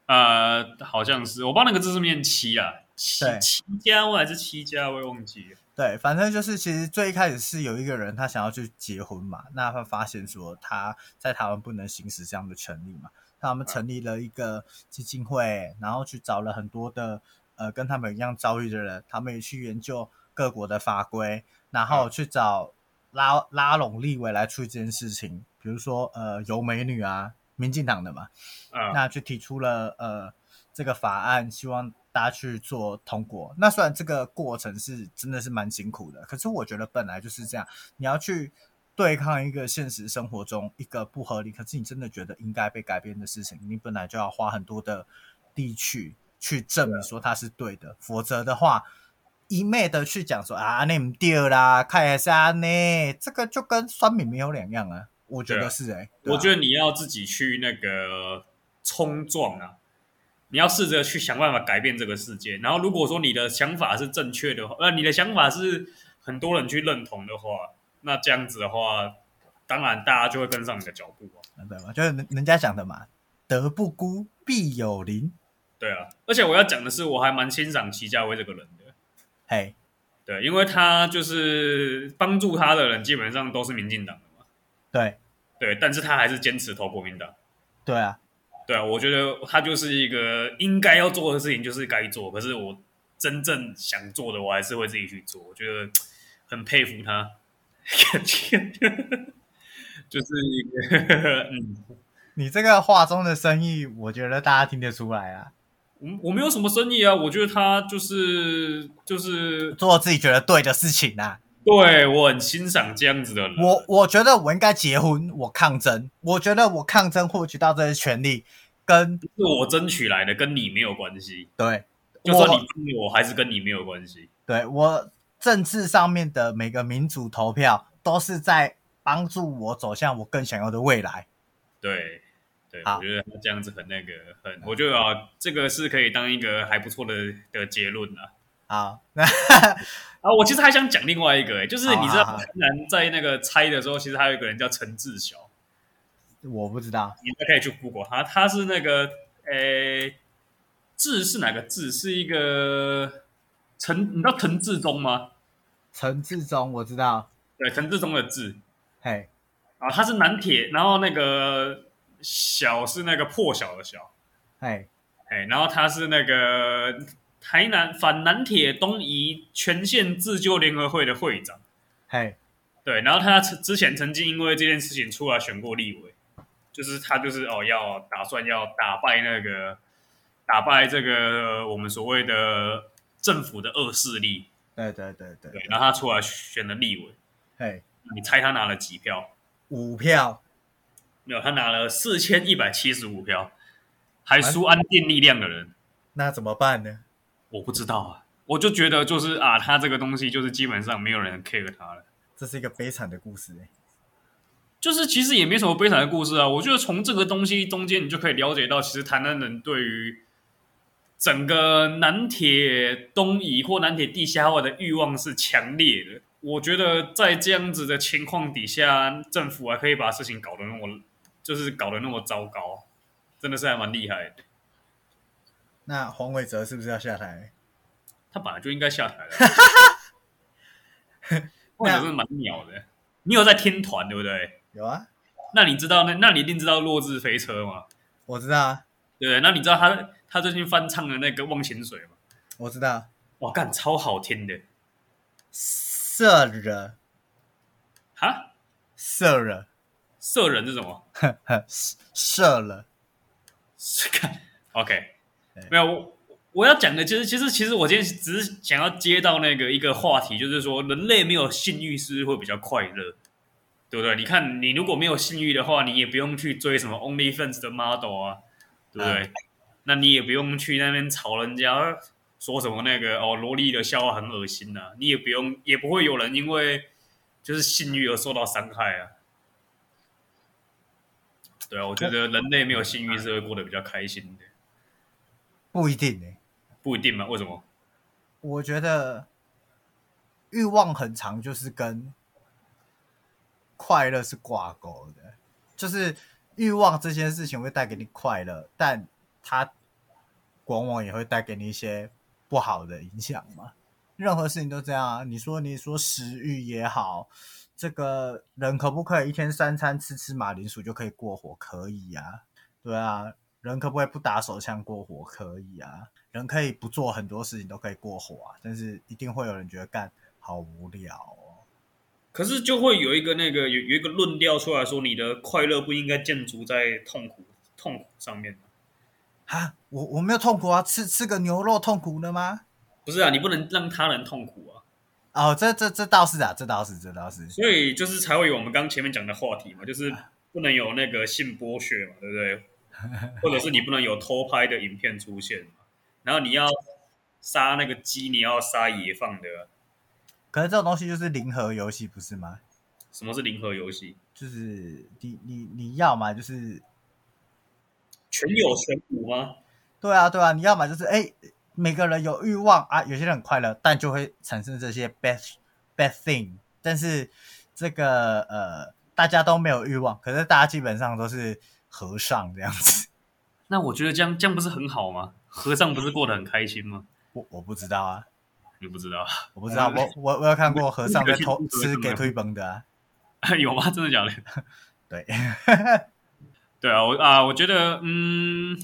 [SPEAKER 1] 呃，好像是，我不知道那个字是不是念七啊，七
[SPEAKER 2] 对
[SPEAKER 1] 七家威还是七家威，忘记了。
[SPEAKER 2] 对，反正就是其实最一开始是有一个人他想要去结婚嘛，那他发现说他在台湾不能行使这样的权利嘛，那他们成立了一个基金会，然后去找了很多的呃跟他们一样遭遇的人，他们也去研究各国的法规，然后去找拉拉拢立委来处理这件事情，比如说呃有美女啊，民进党的嘛，
[SPEAKER 1] 嗯，
[SPEAKER 2] 那就提出了呃这个法案，希望大家去做通过。那虽然这个过程是真的是蛮辛苦的，可是我觉得本来就是这样，你要去对抗一个现实生活中一个不合理，可是你真的觉得应该被改变的事情，你本来就要花很多的力气去证
[SPEAKER 1] 啊
[SPEAKER 2] 明说它是对的，否则的话。一昧的去讲说啊，那不对啦，看一下呢，这个就跟酸民没有两样啊，我觉
[SPEAKER 1] 对
[SPEAKER 2] 得
[SPEAKER 1] 啊
[SPEAKER 2] 是哎、欸，对
[SPEAKER 1] 我
[SPEAKER 2] 啊
[SPEAKER 1] 觉得你要自己去那个冲撞啊，你要试着去想办法改变这个世界。然后如果说你的想法是正确的话，呃，你的想法是很多人去认同的话，那这样子的话，当然大家就会跟上你的脚步啊。
[SPEAKER 2] 对吧？就是人人家讲的嘛，德不孤必有邻。
[SPEAKER 1] 对啊，而且我要讲的是，我还蛮欣赏齐家威这个人的。
[SPEAKER 2] 嘿，
[SPEAKER 1] 对，因为他就是帮助他的人基本上都是民进党的嘛，
[SPEAKER 2] 对
[SPEAKER 1] 对，但是他还是坚持投国民党。
[SPEAKER 2] 对啊，
[SPEAKER 1] 对啊，我觉得他就是一个应该要做的事情就是该做，可是我真正想做的我还是会自己去做，我觉得很佩服他， 就是一个嗯，
[SPEAKER 2] 你这个话中的深意，我觉得大家听得出来啊。
[SPEAKER 1] 我我没有什么生意啊，我觉得他就是就是
[SPEAKER 2] 做自己觉得对的事情啊。
[SPEAKER 1] 对我很欣赏这样子的人，
[SPEAKER 2] 我我觉得我应该结婚，我抗争。我觉得我抗争获取到这些权利，跟
[SPEAKER 1] 是我争取来的，跟你没有关系，
[SPEAKER 2] 对
[SPEAKER 1] 就算你
[SPEAKER 2] 我
[SPEAKER 1] 帮我，还是跟你没有关系。
[SPEAKER 2] 对我政治上面的每个民主投票，都是在帮助我走向我更想要的未来。
[SPEAKER 1] 对，对，
[SPEAKER 2] 好嗯
[SPEAKER 1] 我觉得他这样子很那个，很，我觉得啊，这个是可以当一个还不错的的结论啊。
[SPEAKER 2] 好，那
[SPEAKER 1] 啊，我其实还想讲另外一个、欸，就是
[SPEAKER 2] 好啊
[SPEAKER 1] 你知道，
[SPEAKER 2] 好啊
[SPEAKER 1] 柯南在那个猜的时候，其实还有一个人叫陈志晓，
[SPEAKER 2] 我不知道，
[SPEAKER 1] 你可以去 Google 他，他是那个，诶、志是哪个志？是一个陈，你知道陈志忠吗？
[SPEAKER 2] 陈志忠我知道，
[SPEAKER 1] 对，陈志忠的志
[SPEAKER 2] 嘿，
[SPEAKER 1] 啊，他是南铁，然后那个小是那个破晓的晓。
[SPEAKER 2] 嘿，
[SPEAKER 1] 哎，然后他是那个台南反南铁东移全县自救联合会的会长，
[SPEAKER 2] 嘿，
[SPEAKER 1] 对，然后他之之前曾经因为这件事情出来选过立委，就是他就是哦要打算要打败那个打败这个我们所谓的政府的恶势力，
[SPEAKER 2] 对对对
[SPEAKER 1] 对
[SPEAKER 2] 对对，，
[SPEAKER 1] 然后他出来选了立委，
[SPEAKER 2] 嘿，
[SPEAKER 1] 你猜他拿了几票？
[SPEAKER 2] 五票，
[SPEAKER 1] 没有，他拿了四千一百七十五票，还输安定力量的人。
[SPEAKER 2] 那怎么办呢？
[SPEAKER 1] 我不知道啊，我就觉得就是啊，他这个东西就是基本上没有人 care 他了。
[SPEAKER 2] 这是一个悲惨的故事、欸。
[SPEAKER 1] 就是其实也没什么悲惨的故事啊，我觉得从这个东西中间，你就可以了解到，其实台南人对于整个南铁东移或南铁地下化的欲望是强烈的。我觉得在这样子的情况底下，政府还可以把事情搞得那么，就是搞得那么糟糕，真的是还蛮厉害的。
[SPEAKER 2] 那黄伟哲是不是要下台？
[SPEAKER 1] 他本来就应该下台了。或者是蛮鸟的。你有在天团对不对？
[SPEAKER 2] 有啊，
[SPEAKER 1] 那你知道那那你一定知道弱智飞车嘛？
[SPEAKER 2] 我知道啊，
[SPEAKER 1] 对不对？那你知道他他最近翻唱的那个《忘情水》吗？
[SPEAKER 2] 我知道，
[SPEAKER 1] 哇，干超好听的
[SPEAKER 2] 色惹
[SPEAKER 1] 哈！
[SPEAKER 2] 色惹
[SPEAKER 1] 色人是什么？
[SPEAKER 2] 呵呵色惹，
[SPEAKER 1] 是看 OK，
[SPEAKER 2] 对
[SPEAKER 1] 没有我我要讲的就是，其实其实我今天只是想要接到那个一个话题，就是说人类没有性欲是不是会比较快乐，对不对？你看你如果没有性欲的话，你也不用去追什么 OnlyFans 的 model 啊，对不对？那你也不用去那边吵人家说什么那个哦萝莉的笑话很恶心呐、啊，你也不用也不会有人因为就是性欲而受到伤害啊。对啊，我觉得人类没有性欲是会过得比较开心的。
[SPEAKER 2] 不一定欸
[SPEAKER 1] 不一定嘛？为什么？
[SPEAKER 2] 我觉得欲望很长，就是跟快乐是挂钩的，就是欲望这件事情会带给你快乐，但它往往也会带给你一些不好的影响嘛。任何事情都这样啊，你说你说食欲也好，这个人可不可以一天三餐吃吃马铃薯就可以过活？可以啊，对啊，人可不可以不打手枪过活？可以啊，人可以不做很多事情都可以过活啊，但是一定会有人觉得干好无聊哦。
[SPEAKER 1] 可是就会有一个那个有有一个论调出来说，你的快乐不应该建筑在痛苦痛苦上面。
[SPEAKER 2] 啊，我我没有痛苦啊，吃吃个牛肉痛苦了吗？
[SPEAKER 1] 不是啊，你不能让他人痛苦啊，
[SPEAKER 2] 哦，这这这倒是啊，这倒是这倒是，
[SPEAKER 1] 所以就是才会有我们刚前面讲的话题嘛，就是不能有那个性剥削嘛，对不 对？或者是你不能有偷拍的影片出现嘛，然后你要杀那个鸡，你要杀野放的啊。
[SPEAKER 2] 可是这种东西就是零和游戏，不是吗？
[SPEAKER 1] 什么是零和游戏？
[SPEAKER 2] 就是你你你要嘛就是
[SPEAKER 1] 全有全无吗？
[SPEAKER 2] 对啊对啊，你要嘛就是哎，每个人有欲望啊，有些人很快乐，但就会产生这些 bad bad thing。但是这个呃，大家都没有欲望，可是大家基本上都是和尚这样子。
[SPEAKER 1] 那我觉得这样这样不是很好吗？和尚不是过得很开心吗？
[SPEAKER 2] 我我不知道啊，
[SPEAKER 1] 你不知道
[SPEAKER 2] 我不知道，我我我有看过和尚在偷 吃给推崩的啊。
[SPEAKER 1] 有吗？真的假的？
[SPEAKER 2] 对，
[SPEAKER 1] 对啊，我啊，我觉得嗯，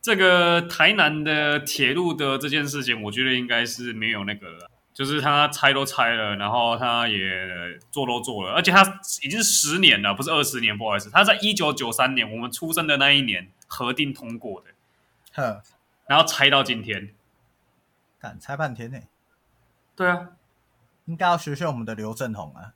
[SPEAKER 1] 这个台南的铁路的这件事情，我觉得应该是没有那个了，就是他拆都拆了，然后他也做都做了，而且他已经十年了，不是二十年，不好意思，他在一九九三年我们出生的那一年核定通过的，
[SPEAKER 2] 哼，
[SPEAKER 1] 然后拆到今天。
[SPEAKER 2] 敢猜半天呢、
[SPEAKER 1] 对啊，
[SPEAKER 2] 应该要学学我们的刘正宏啊。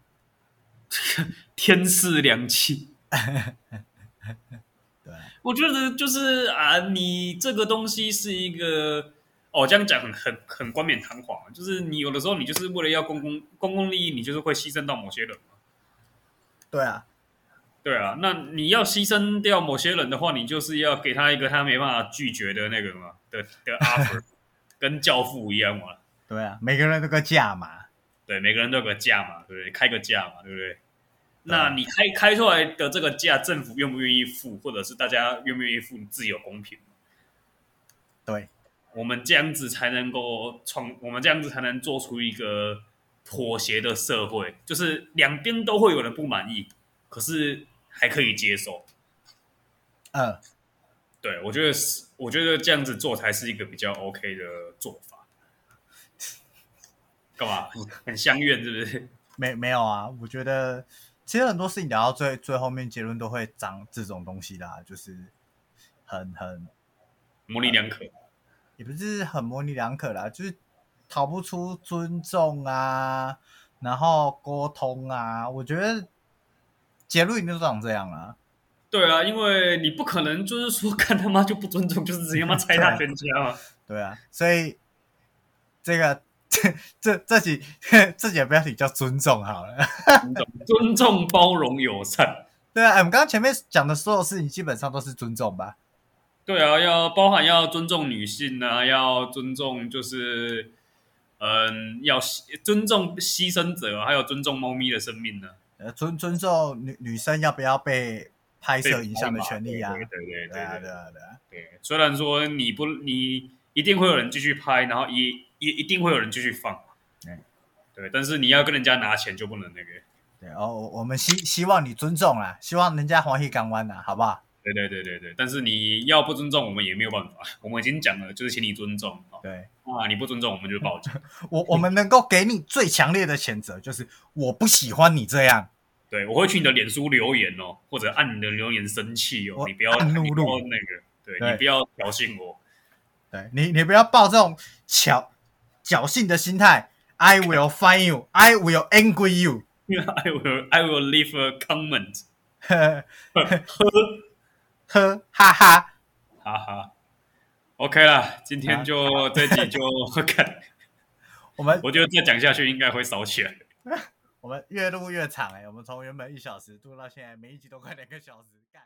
[SPEAKER 1] 天赐良机。
[SPEAKER 2] 对啊，
[SPEAKER 1] 我觉得就是啊，你这个东西是一个哦，这样讲很很很冠冕堂皇啊，就是你有的时候你就是为了要公共公共利益，你就是会牺牲到某些人嘛。
[SPEAKER 2] 对啊，
[SPEAKER 1] 对啊，那你要牺牲掉某些人的话，你就是要给他一个他没办法拒绝的那个嘛的的 offer，跟教父一样嘛。
[SPEAKER 2] 对啊，每个人都个价嘛。
[SPEAKER 1] 对，每个人都有个价嘛，对不对？开个价嘛，对不对？
[SPEAKER 2] 对
[SPEAKER 1] 那你开开出来的这个价，政府愿不愿意付，或者是大家愿不愿意付，自有公平。
[SPEAKER 2] 对，
[SPEAKER 1] 我们这样子才能够创，我们这样子才能做出一个妥协的社会，就是两边都会有人不满意，可是还可以接受。
[SPEAKER 2] 嗯，
[SPEAKER 1] 对我觉得是，我觉得这样子做才是一个比较 OK 的做法。干嘛？很相怨是不是？
[SPEAKER 2] 没没有啊，我觉得其实很多事情聊到最最后面，结论都会长这种东西啦，就是很很
[SPEAKER 1] 模棱两可。
[SPEAKER 2] 也不是很模棱两可啦，就是逃不出尊重啊，然后沟通啊，我觉得结论一定都长这样啊。
[SPEAKER 1] 对啊，因为你不可能就是说 看他妈就不尊重，就是直接他妈拆他全家嘛。
[SPEAKER 2] 对啊，所以这个 这这这集 这集的标题叫尊重好了。
[SPEAKER 1] 尊重、尊重、包容、友善。
[SPEAKER 2] 对啊，哎我们刚刚前面讲的所有事情基本上都是尊重吧？
[SPEAKER 1] 对啊，要包含要尊重女性啊，要尊重就是，嗯，要牺尊重牺牲者啊，还有尊重猫咪的生命呢、
[SPEAKER 2] 呃，尊尊重女女生要不要被拍
[SPEAKER 1] 被
[SPEAKER 2] 摄影像的权利啊
[SPEAKER 1] 对？对对对
[SPEAKER 2] 对啊，
[SPEAKER 1] 对
[SPEAKER 2] 对啊，对啊，
[SPEAKER 1] 对虽然说你不，你一定会有人继续拍，然后也也一定会有人继续放
[SPEAKER 2] 对。
[SPEAKER 1] 对，但是你要跟人家拿钱就不能那个。
[SPEAKER 2] 对哦，我我们希希望你尊重啦，希望人家欢喜港湾啦，啊好不好？
[SPEAKER 1] 对对对对对，但是你要不尊重我们也没有办法， 我们已经讲了，就是请你尊重啊，
[SPEAKER 2] 对
[SPEAKER 1] 啊你不尊重我们就报 警。
[SPEAKER 2] 我我们能够给你最强烈的谴责，就是我不喜欢你这样。
[SPEAKER 1] 对我会去你的脸书留言哦，或者按你的留言生气哦
[SPEAKER 2] 我，
[SPEAKER 1] 你不要
[SPEAKER 2] 按怒
[SPEAKER 1] 你不要
[SPEAKER 2] 路
[SPEAKER 1] 那个，对
[SPEAKER 2] 对
[SPEAKER 1] 你不要挑衅我。
[SPEAKER 2] 对你，你不要抱这种侥侥幸的心态。I will find you, I will angry you
[SPEAKER 1] ，I will I will leave a comment，
[SPEAKER 2] 呵呵哈哈。
[SPEAKER 1] 哈哈。OK 啦，今天就这集就 看，
[SPEAKER 2] 我们
[SPEAKER 1] 我觉得再讲下去应该会烧起来。
[SPEAKER 2] 欸我们越录越长哎、我们从原本一小时录到现在，每一集都快两个小时，干。